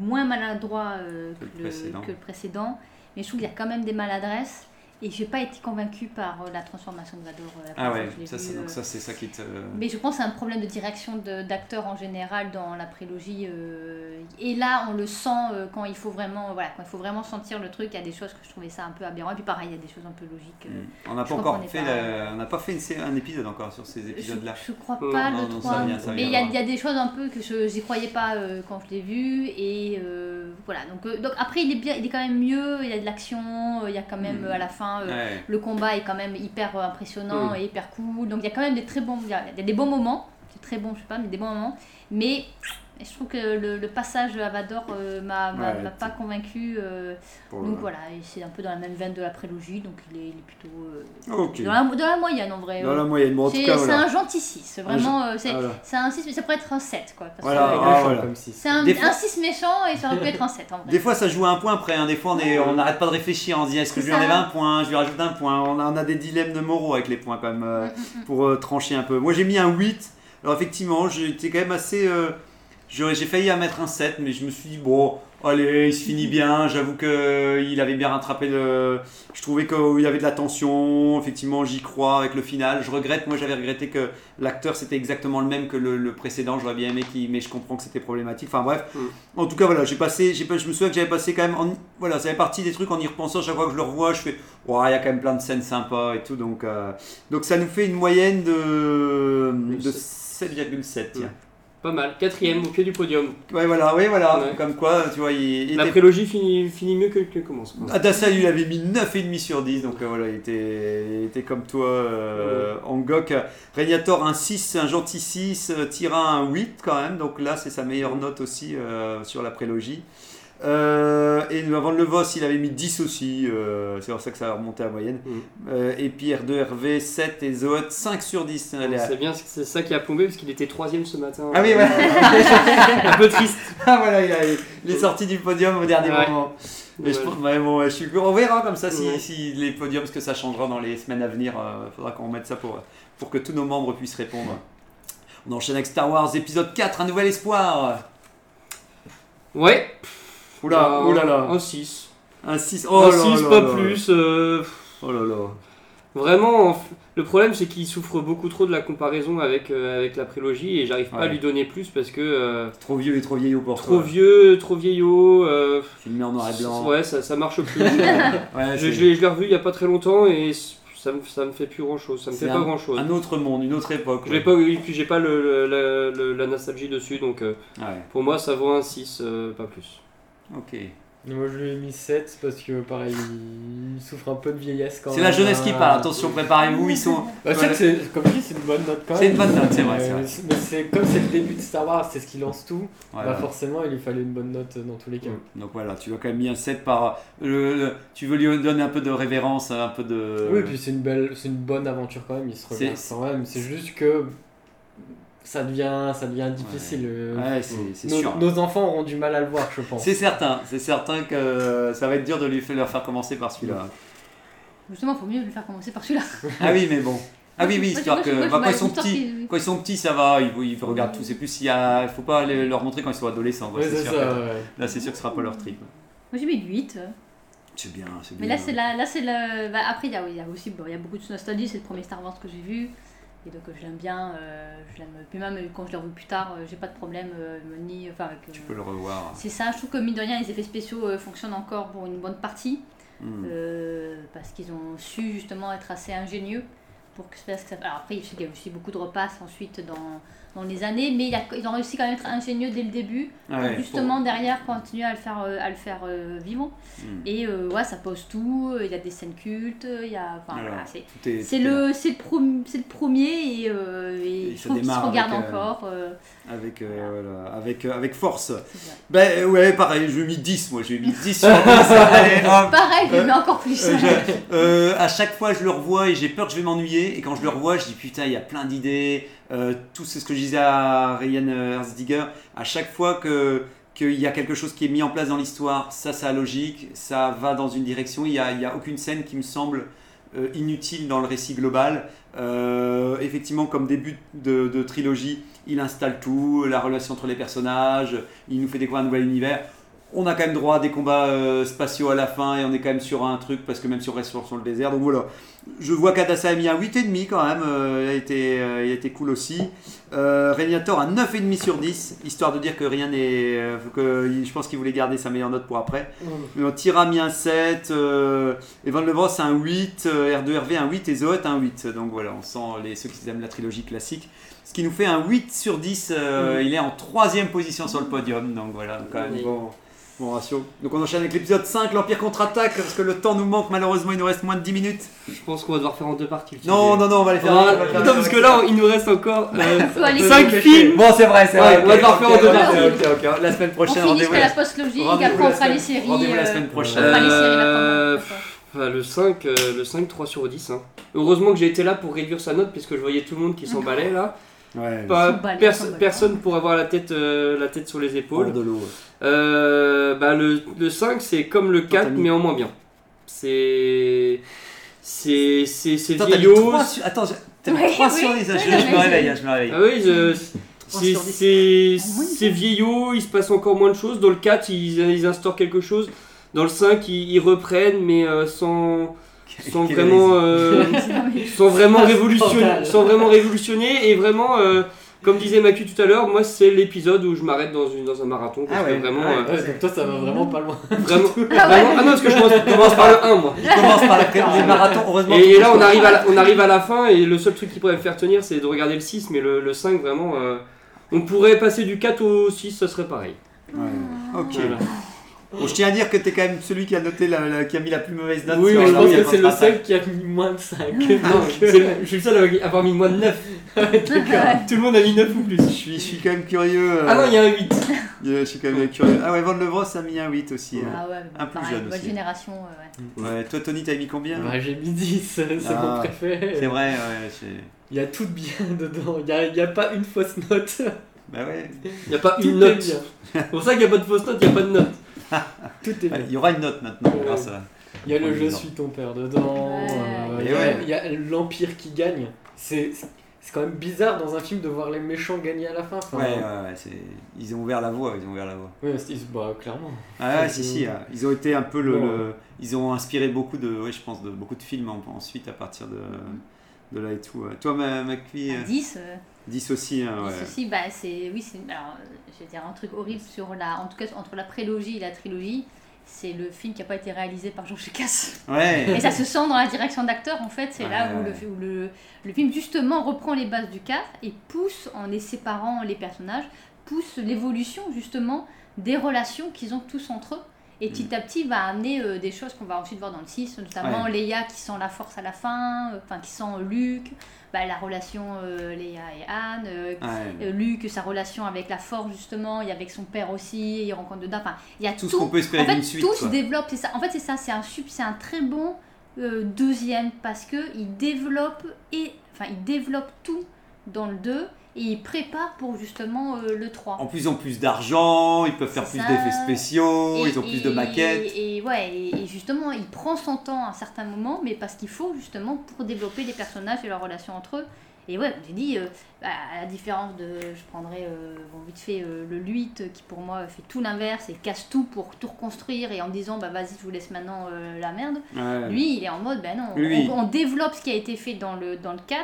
moins maladroit euh, Que que, le le précédent. que le précédent, mais je trouve qu'il y a quand même des maladresses. Et je n'ai pas été convaincue par euh, la transformation de Vador. euh, la Ah première ouais, fois que je l'ai ça, vu, c'est- donc euh. ça, c'est ça qui te. hmm. Mais je pense à un problème de direction de- d'acteur en général dans la prélogie. euh, et là, on le sent euh, quand il faut vraiment, voilà, quand il faut vraiment sentir le truc. Il y a des choses que je trouvais ça un peu aberrant. Et puis pareil, il y a des choses un peu logiques. euh. Mm. On n'a je pas crois encore qu'on est fait, pas- la- on n'a pas fait une sé- un épisode encore sur ces Je, épisodes-là. je crois Euh, pas non, le non, ça 3. vient, ça mais vient, il y, a- voilà. il y a des choses un peu que je n'y croyais pas euh, quand je l'ai vu. Et euh, voilà. Donc, euh, donc après, il est, bien, il est quand même mieux. Il y a de l'action. euh, il y a quand même Mm. euh, à la fin. euh, Ouais. Le combat est quand même hyper euh, impressionnant Mm. et hyper cool. Donc il y a quand même des très bons, il y a, il y a des bons moments. C'est très bon, je sais pas, mais des bons moments. Mais je trouve que le, le passage à Vador euh, m'a m'a- Ouais, m'a t'es- pas convaincu. euh, Pour le- donc voilà, et c'est un peu dans la même veine de la prélogie. Donc il est, il est plutôt euh, Ok. dans, la, dans la moyenne en vrai. Dans euh. la moyenne, bon, en tout C'est cas, c'est voilà. un gentil 6, vraiment. euh, c'est Voilà. c'est un 6, mais ça pourrait être un 7, quoi. parce que Voilà, c'est- ah, Méchant voilà. comme si. C'est un, Des fois- un 6 méchant et ça aurait pu être un 7, en vrai. Des fois, ça joue à un point près. hein. Des fois, on est- on n'arrête pas de réfléchir. On se dit est-ce que je lui C'est enlève ça. un point Je lui rajoute un point. On a, on a des dilemmes de moraux avec les points, quand même, euh, Mm, mm, mm. pour euh, trancher un peu. Moi, j'ai mis un 8. Alors, effectivement, j'étais quand même assez. euh, j'aurais- j'ai failli à mettre un 7, mais je me suis dit bon, allez, il se finit bien. J'avoue qu'il avait bien rattrapé le. Je trouvais qu'il y avait de la tension. Effectivement, j'y crois avec le final. Je regrette. Moi, j'avais regretté que l'acteur c'était exactement le même que le, le précédent. J'aurais bien aimé qu'il. Mais je comprends que c'était problématique. Enfin, bref. En tout cas, voilà, j'ai passé, j'ai pas, je me souviens que j'avais passé quand même, en- voilà, ça fait partie des trucs en y repensant. Chaque fois que je le revois, je fais, ouais, il y a quand même plein de scènes sympas et tout, donc, euh, donc ça nous fait une moyenne de, de 7,7. tiens. Pas mal. Quatrième, au pied du podium. Ouais, voilà, ouais, voilà, Ouais. comme quoi, tu vois, il, il était. La Ah, prélogie finit, finit mieux que le commence. quoi. Adassa, lui, il avait mis 9,5 sur 10, donc euh, voilà, il était, il était comme toi, euh, Angok. Régnator, un 6, un gentil 6, euh, Tyra, un 8 quand même, donc là, c'est sa meilleure note aussi euh, sur la prélogie. Euh, et avant de le Vos, il avait mis 10 aussi, euh, c'est pour ça que ça a remonté à la moyenne. Mhm. Euh, et puis R2RV, 7 et Zoet, 5 sur 10. Elle est à- C'est bien, c'est ça qui a plombé parce qu'il était troisième ce matin. Ah oui, voilà. Un peu triste. Ah, voilà, il, a- il est sorti du podium au dernier Ouais. moment. Mais je Dommage. pense- ouais, bon, ouais, je suis, on verra comme ça si, Ouais. si les podiums, parce que ça changera dans les semaines à venir. Il faudra qu'on remette ça pour, pour que tous nos membres puissent répondre. On enchaîne avec Star Wars épisode 4, Un nouvel espoir. Ouais. Oula, Un- oula là. Un 6. Un 6, oh un oh là 6, là pas là. plus. euh, Oh là là. Vraiment, en f- le problème c'est qu'il souffre beaucoup trop de la comparaison avec, euh, avec la prélogie et j'arrive pas à Ouais. lui donner plus parce que euh, Trop vieux et trop vieillot pour trop toi. vieux, trop vieillot. euh, Filmé en noir et blanc. ouais, ça, ça marche plus. Ouais, je c'est- je l'ai je l'ai revu il y a pas très longtemps et c- ça me, ça me fait plus grand chose. Ça me C'est fait pas grand chose. Un autre monde, une autre époque. Je l'ai ouais. pas, et puis j'ai pas le, le- la, le- la nostalgie dessus donc euh, Ah Ouais, pour moi ça vaut un 6, euh, pas plus. ok. Moi je lui ai mis 7 parce que pareil, il souffre un peu de vieillesse quand C'est même. la jeunesse euh, qui parle, attention attention, préparez-vous, ils sont. Bah, c'est vrai que c'est- comme je dis, c'est une bonne note quand C'est même. une bonne note, c'est vrai, Mais- c'est vrai. Mais c'est comme c'est le début de Star Wars, c'est ce qui lance tout. Voilà. Bah forcément, il lui fallait une bonne note dans tous les cas. Donc voilà, tu lui as quand même mis un 7 par. le- le- tu veux lui donner un peu de révérence, un peu de. Oui, et puis c'est une belle, c'est une bonne aventure quand même. Il se C'est- relève quand même. C'est juste que ça devient, ça devient difficile. euh, Ouais, c'est c'est nos, sûr. nos enfants auront du mal à le voir, je pense. C'est certain, c'est certain que ça va être dur de lui faire, leur faire commencer par celui-là. Justement, il faut mieux le faire commencer par celui-là. Ah oui, mais bon. Ah oui, oui, Moi, je- histoire moi, je- que. moi, je bah, quand, vois ils sont l'histoire petits, qui- quand ils sont petits, ça va, ils, ils regardent tout. C'est plus s'il y a. Faut pas les- leur montrer quand ils sont adolescents. quoi, Ouais, c'est c'est sûr ça. que- ouais. Là, c'est sûr que ce sera pas leur trip. Moi j'ai mis 8. euh. C'est bien, c'est bien. Mais là, c'est la, là, c'est le. bah, après, il y a, il y a aussi, bon, il y a beaucoup de nostalgie. C'est le premier Star Wars que j'ai vu, et donc euh, je l'aime bien. euh, je l'aime. Puis même euh, quand je l'ai revu plus tard, euh, j'ai pas de problème euh, ni, enfin, avec, euh, Tu peux le revoir. C'est ça. Je trouve que mine de rien, les effets spéciaux euh, fonctionnent encore pour une bonne partie, Hmm. euh, parce qu'ils ont su justement être assez ingénieux pour que ça. ça- Alors après, il y a aussi beaucoup de repasses ensuite dans dans les années, mais il y a- ils ont réussi quand même à être ingénieux dès le début, Ah pour ouais, justement derrière continuer à le faire, euh, à le faire euh, vivant. faut- hmm. Et euh, ouais, ça pose tout, euh, il y a des scènes cultes, euh, il y a. Enfin, Alors, voilà, c'est. Tout est- C'est tout est là. le, c'est, le prom- c'est le premier et, euh, Et et je ça trouve qu'il se démarre regarde avec, euh, encore. euh, Avec, euh, voilà, avec, euh, avec force. c'est bien. Ben euh, ouais, pareil, je lui ai mis 10, moi j'ai mis 10 sur 10. Allez, hop. Pareil, Euh, mais encore plus. Euh, je- euh, à chaque fois je le revois et j'ai peur que je vais m'ennuyer et quand je le revois je dis putain il y a plein d'idées, euh, Euh, tout c'est ce que je disais à Ryan Herzdiger. À chaque fois que qu'il y a quelque chose qui est mis en place dans l'histoire, ça, ça a logique, ça va dans une direction. Il n'y a, il y a aucune scène qui me semble euh, inutile dans le récit global. Euh, effectivement, comme début de, de trilogie, il installe tout, la relation entre les personnages, il nous fait découvrir un nouvel univers on a quand même droit à des combats euh, spatiaux à la fin et on est quand même sur un truc parce que même si on reste sur, sur le désert. Donc voilà. Je vois qu'Adassa a mis un 8,5 quand même. Euh, il, a été, euh, il a été cool aussi. Euh, Regnator à 9,5 sur 10, histoire de dire que rien n'est. euh, que je pense qu'il voulait garder sa meilleure note pour après. Mmh. Tira a mis un 7, euh, Evan Levros un euh, 8, R2RV un 8 et Zoet un 8. Donc voilà, on sent les, ceux qui aiment la trilogie classique ce qui nous fait un 8 sur 10. Euh, mmh. Il est en troisième position sur le podium, donc voilà, donc quand même bon, bon, ratio. Donc on enchaîne avec l'épisode 5, l'Empire contre-attaque, parce que le temps nous manque, malheureusement il nous reste moins de 10 minutes. Je pense qu'on va devoir faire en deux parties. Non, non, non, on va les faire. Ah, on va les faire non, parce que là, il nous reste encore Faut aller 5 coucher. films. Bon, c'est vrai, c'est vrai. Ouais, on va devoir faire en deux parties. ok, ok, ok. La semaine On prochaine, finit rendez-vous. jusqu'à la- la post-logique, rendez-vous après on la fera les semaine- séries. Rendez-vous la euh, semaine on prochaine. fera les séries Euh, la fin. Bah, le 5, euh, le 5, 3 sur 10. hein. Heureusement que j'ai été là pour réduire sa note, puisque je voyais tout le monde qui s'emballait là. Ouais. Pas- S'emballer, pers- s'emballer. personne pour avoir la tête, euh, la tête sur les Hors épaules. de l'eau. Euh, bah, le, le 5, c'est comme le 4, t'as mis- mais en moins bien. C'est. C'est. C'est c'est Attends, t'as mis vieillot. 3 sur... Attends, j'ai- t'as mis Oui, 3 oui. sur 10, je, Oui, je me oui. réveille, hein, je me réveille. Ah oui, je- c'est- sur dix. c'est Ah, moins de c'est vieillot, il se passe encore moins de choses. Dans le 4, ils, ils instaurent quelque chose. Dans le 5, ils, ils reprennent, mais euh, sans, sans Quelle vraiment. euh, sans vraiment révolutionner, Scandale. sans vraiment révolutionner et vraiment euh, comme disait Macu tout à l'heure, moi c'est l'épisode où je m'arrête dans, une- dans un marathon parce Ah ouais, que vraiment, ah ouais. euh, Ouais, donc toi, ça va vraiment pas loin. vraiment, vraiment- ah non parce que je commence, je commence par le 1 moi. Il commence par la crème des marathons, heureusement. Et, qu'il et là touche on pas. arrive à la, on arrive à la fin et le seul truc qui pourrait me faire tenir c'est de regarder le 6 mais le, le 5 vraiment euh, on pourrait passer du 4 au 6 ça serait pareil. Ouais. Ok. Voilà. Bon, je tiens à dire que t'es quand même celui qui a noté la, la- qui a mis la plus mauvaise note. Oui, sur mais je la- Ah, pense la que c'est le contre-attaque. seul qui a mis moins de euh, 5. Non, c'est le- je suis le seul à avoir mis moins de 9. Tout le monde a mis 9 ou plus. Je suis, je suis quand même curieux. euh, Ah non, il y a un 8. je je suis quand même curieux. Ah ouais, Van Levros a mis un 8 aussi. hein. Ah ouais, Un plus pareil, jeune votre aussi. génération. euh, ouais. Ouais, toi Tony, t'as mis combien Bah, j'ai mis 10, c'est Ah, mon préféré. C'est vrai, ouais. c'est- Il y a tout de bien dedans, il n'y a, il y a pas une fausse note. Bah ouais. Il n'y a pas Tout une est note. bien. C'est pour ça qu'il n'y a pas de fausse note, il n'y a pas de note. Tout est Allez, bien. Il y aura une note maintenant. grâce à- Il y a le Ouais, Je dedans. suis ton père dedans, Ouais. euh, Et il y a- ouais. il y a l'Empire qui gagne. C'est c'est quand même bizarre dans un film de voir les méchants gagner à la fin. Enfin, euh, Ouais, ouais, ouais. c'est- Ils ont ouvert la voie. Ils ont ouvert la voie. ouais, c'est- bah, clairement. Ah ouais, Euh, si, si. ah. Ils ont été un peu le, Bon. le- Ils ont inspiré beaucoup de. Ouais, je pense, de beaucoup de films en- ensuite à partir de. De là et tout. ouais. Toi, Ma- McPhee, À euh, 10, euh, 10 aussi. hein, ouais. Ceci, bah, c'est oui, c'est alors, euh, je vais dire un truc horrible sur la, en tout cas entre la prélogie et la trilogie, c'est le film qui n'a pas été réalisé par Jean Casse. Ouais. Et ça se sent dans la direction d'acteur en fait, c'est là Ouais, où, ouais. le, où le, le film justement reprend les bases du 4 et pousse en les séparant les personnages, pousse l'évolution justement des relations qu'ils ont tous entre eux. Et petit à petit va amener euh, des choses qu'on va ensuite voir dans le 6, notamment Mm. Ouais. Leia qui sent la force à la fin, euh, enfin qui sent Luke, bah, la relation euh, Leia et Anne, euh, Ouais. euh, Luc, sa relation avec la force justement, et avec son père aussi, il rencontre dedans. Enfin, il y a Tout tout. ce qu'on peut espérer en fait, d'une suite, tout quoi. se développe. C'est ça. En fait, c'est ça. C'est un sub, c'est un très bon euh, deuxième parce que il développe et enfin, il développe tout dans le 2 et il prépare pour justement euh, le 3. En plus, ils ont plus d'argent, ils peuvent faire C'est plus ça. d'effets spéciaux, Et- ils ont plus et- de maquettes. Et, ouais, et, et justement, il prend son temps à un certain moment, mais parce qu'il faut justement pour développer les personnages et leurs relations entre eux. Et ouais, comme j'ai dit, euh, bah, à la différence de. Je prendrais euh, bon, vite fait euh, le 8 euh, qui pour moi fait tout l'inverse et casse tout pour tout reconstruire et en disant bah vas-y, je vous laisse maintenant euh, la merde. Ouais. Lui, il est en mode bah non, Lui. on, on développe ce qui a été fait dans le, dans le 4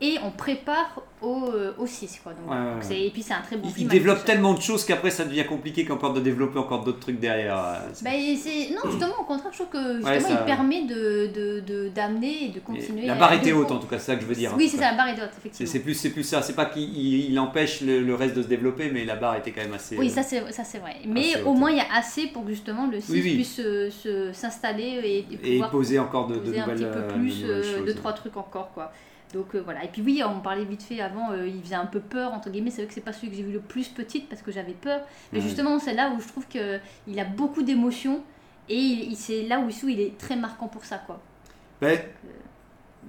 et on prépare au, euh, au 6. Quoi. Donc, Ouais, ouais, donc c'est- ouais. et puis c'est un très bon Il, il film. à lui tout développe seul. tellement de choses qu'après, ça devient compliqué qu'encore de développer encore d'autres trucs derrière. euh, c'est- Bah, et c'est- Non, justement, au contraire, je trouve que justement, Ouais, ça- il permet d'amener de, de, d'amener et de Et continuer. la à- barre était de- haute, en tout cas, c'est ça que je veux dire. en Oui, tout c'est cas. ça, la barre est haute, C'est effectivement. c'est plus, c'est plus ça. C'est pas qu'il il- il empêche le, le reste de se développer, mais la barre était quand même assez. Oui, ça euh, c'est ça, c'est vrai. Mais c'est au haute. moins, il y a assez pour que justement le 6 Oui, oui. puisse se- se- s'installer et, et euh, Et pouvoir poser encore de, de poser un nouvelles. petit peu euh, plus, de nouvelles euh, choses. deux, trois trucs encore, quoi. Donc euh, voilà. Et puis oui, on parlait vite fait avant, euh, il faisait un peu peur, entre guillemets. C'est vrai que c'est pas celui que j'ai vu le plus petite parce que j'avais peur. Mais Ouais. justement, c'est là où je trouve qu'il a beaucoup d'émotions et il, il- c'est là où il est très marquant pour ça, quoi. Ben,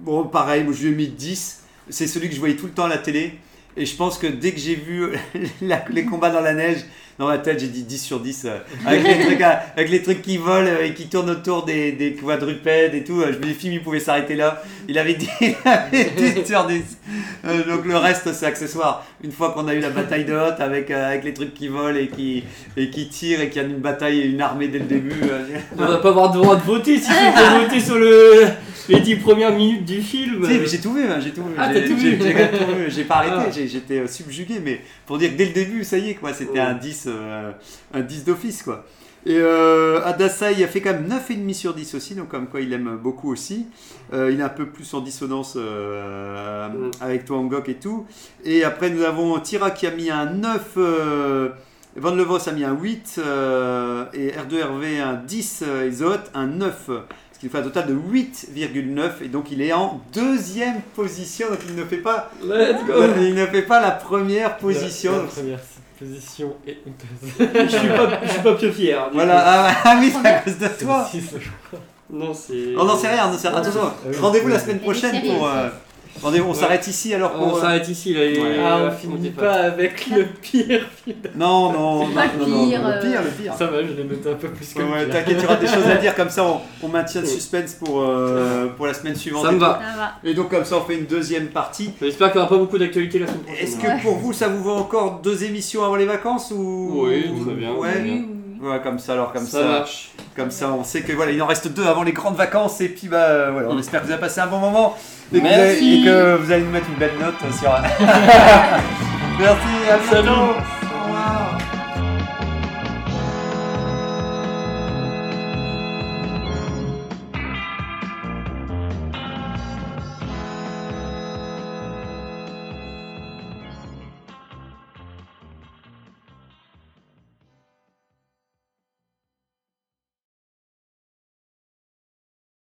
bon, pareil, moi, je lui ai mis 10. C'est celui que je voyais tout le temps à la télé. Et je pense que dès que j'ai vu euh, la- les combats dans la neige, dans ma tête, j'ai dit 10 sur 10. euh, avec, les trucs, à- avec les trucs qui volent euh, et qui tournent autour des, des quadrupèdes et tout, euh, je me dis, film, il pouvait s'arrêter là. Il avait dit, il avait dit 10 sur 10. Euh, donc le reste, c'est accessoire. Une fois qu'on a eu la bataille de Hoth avec, euh, avec les trucs qui volent et qui, et qui tirent et qu'il y a une bataille et une armée dès le début. euh, On va pas avoir le droit de voter si c'est pas voter sur le... les 10 premières minutes du film. Si, mais j'ai tout vu, hein, j'ai tout vu. bah, Ah, J'ai- t'as tout j'ai- vu. J'ai j'ai tout vu, j'ai pas arrêté, Ah. j'ai- j'étais euh, subjugué, mais pour dire que dès le début, ça y est, quoi, c'était Oh. un 10, euh, un 10 d'office, quoi. Et euh, Adassa, il a fait quand même 9,5 sur 10 aussi, donc comme quoi il aime beaucoup aussi. Euh, il est un peu plus en dissonance euh, Mm. avec toi, Angok et tout. Et après, nous avons Tira qui a mis un 9, euh, Van Levos a mis un 8, euh, et R2RV un 10, euh, et Zoth un 9. Ce qui nous fait un total de 8,9 et donc il est en deuxième position. Donc il ne fait pas, Let's go il ne fait pas la première position. La, la Donc, première position est honteuse. je, suis pas, je suis pas hein. peu fier. du coup. voilà, ah, ah oui, c'est à cause de toi. C'est six, je crois. Non, c'est. On n'en sait rien, on n'en sait rien. Attention, Ah oui. rendez-vous la semaine Et prochaine les séries pour. aussi. euh, rendez-vous, on Ouais. s'arrête ici alors On pour. euh, s'arrête ici là. et- Ouais. Ah, on dit finit pas avec le pire. Non, non, C'est non, pas le non, non, pire, le pire, euh. le pire. Ça va, je l'ai noté un peu plus que Ouais, le ouais, pire. T'inquiète, il y aura des choses à dire comme ça, on, on maintient le suspense pour, euh, pour la semaine suivante. Ça me va. Ça va. Et donc, comme ça, on fait une deuxième partie. J'espère qu'il n'y aura pas beaucoup d'actualité la semaine prochaine. Est-ce que pour vous, ça vous vaut encore deux émissions avant les vacances ou Oui, très bien. Ouais. Oui, oui. Ouais, comme ça alors, comme ça, ça marche. comme ça, on sait que voilà, il en reste deux avant les grandes vacances et puis bah euh, voilà, on Mm. espère que vous avez passé un bon moment et que, vous Merci. allez- et que vous allez nous mettre une belle note euh, sur. Merci, à bientôt. Salut.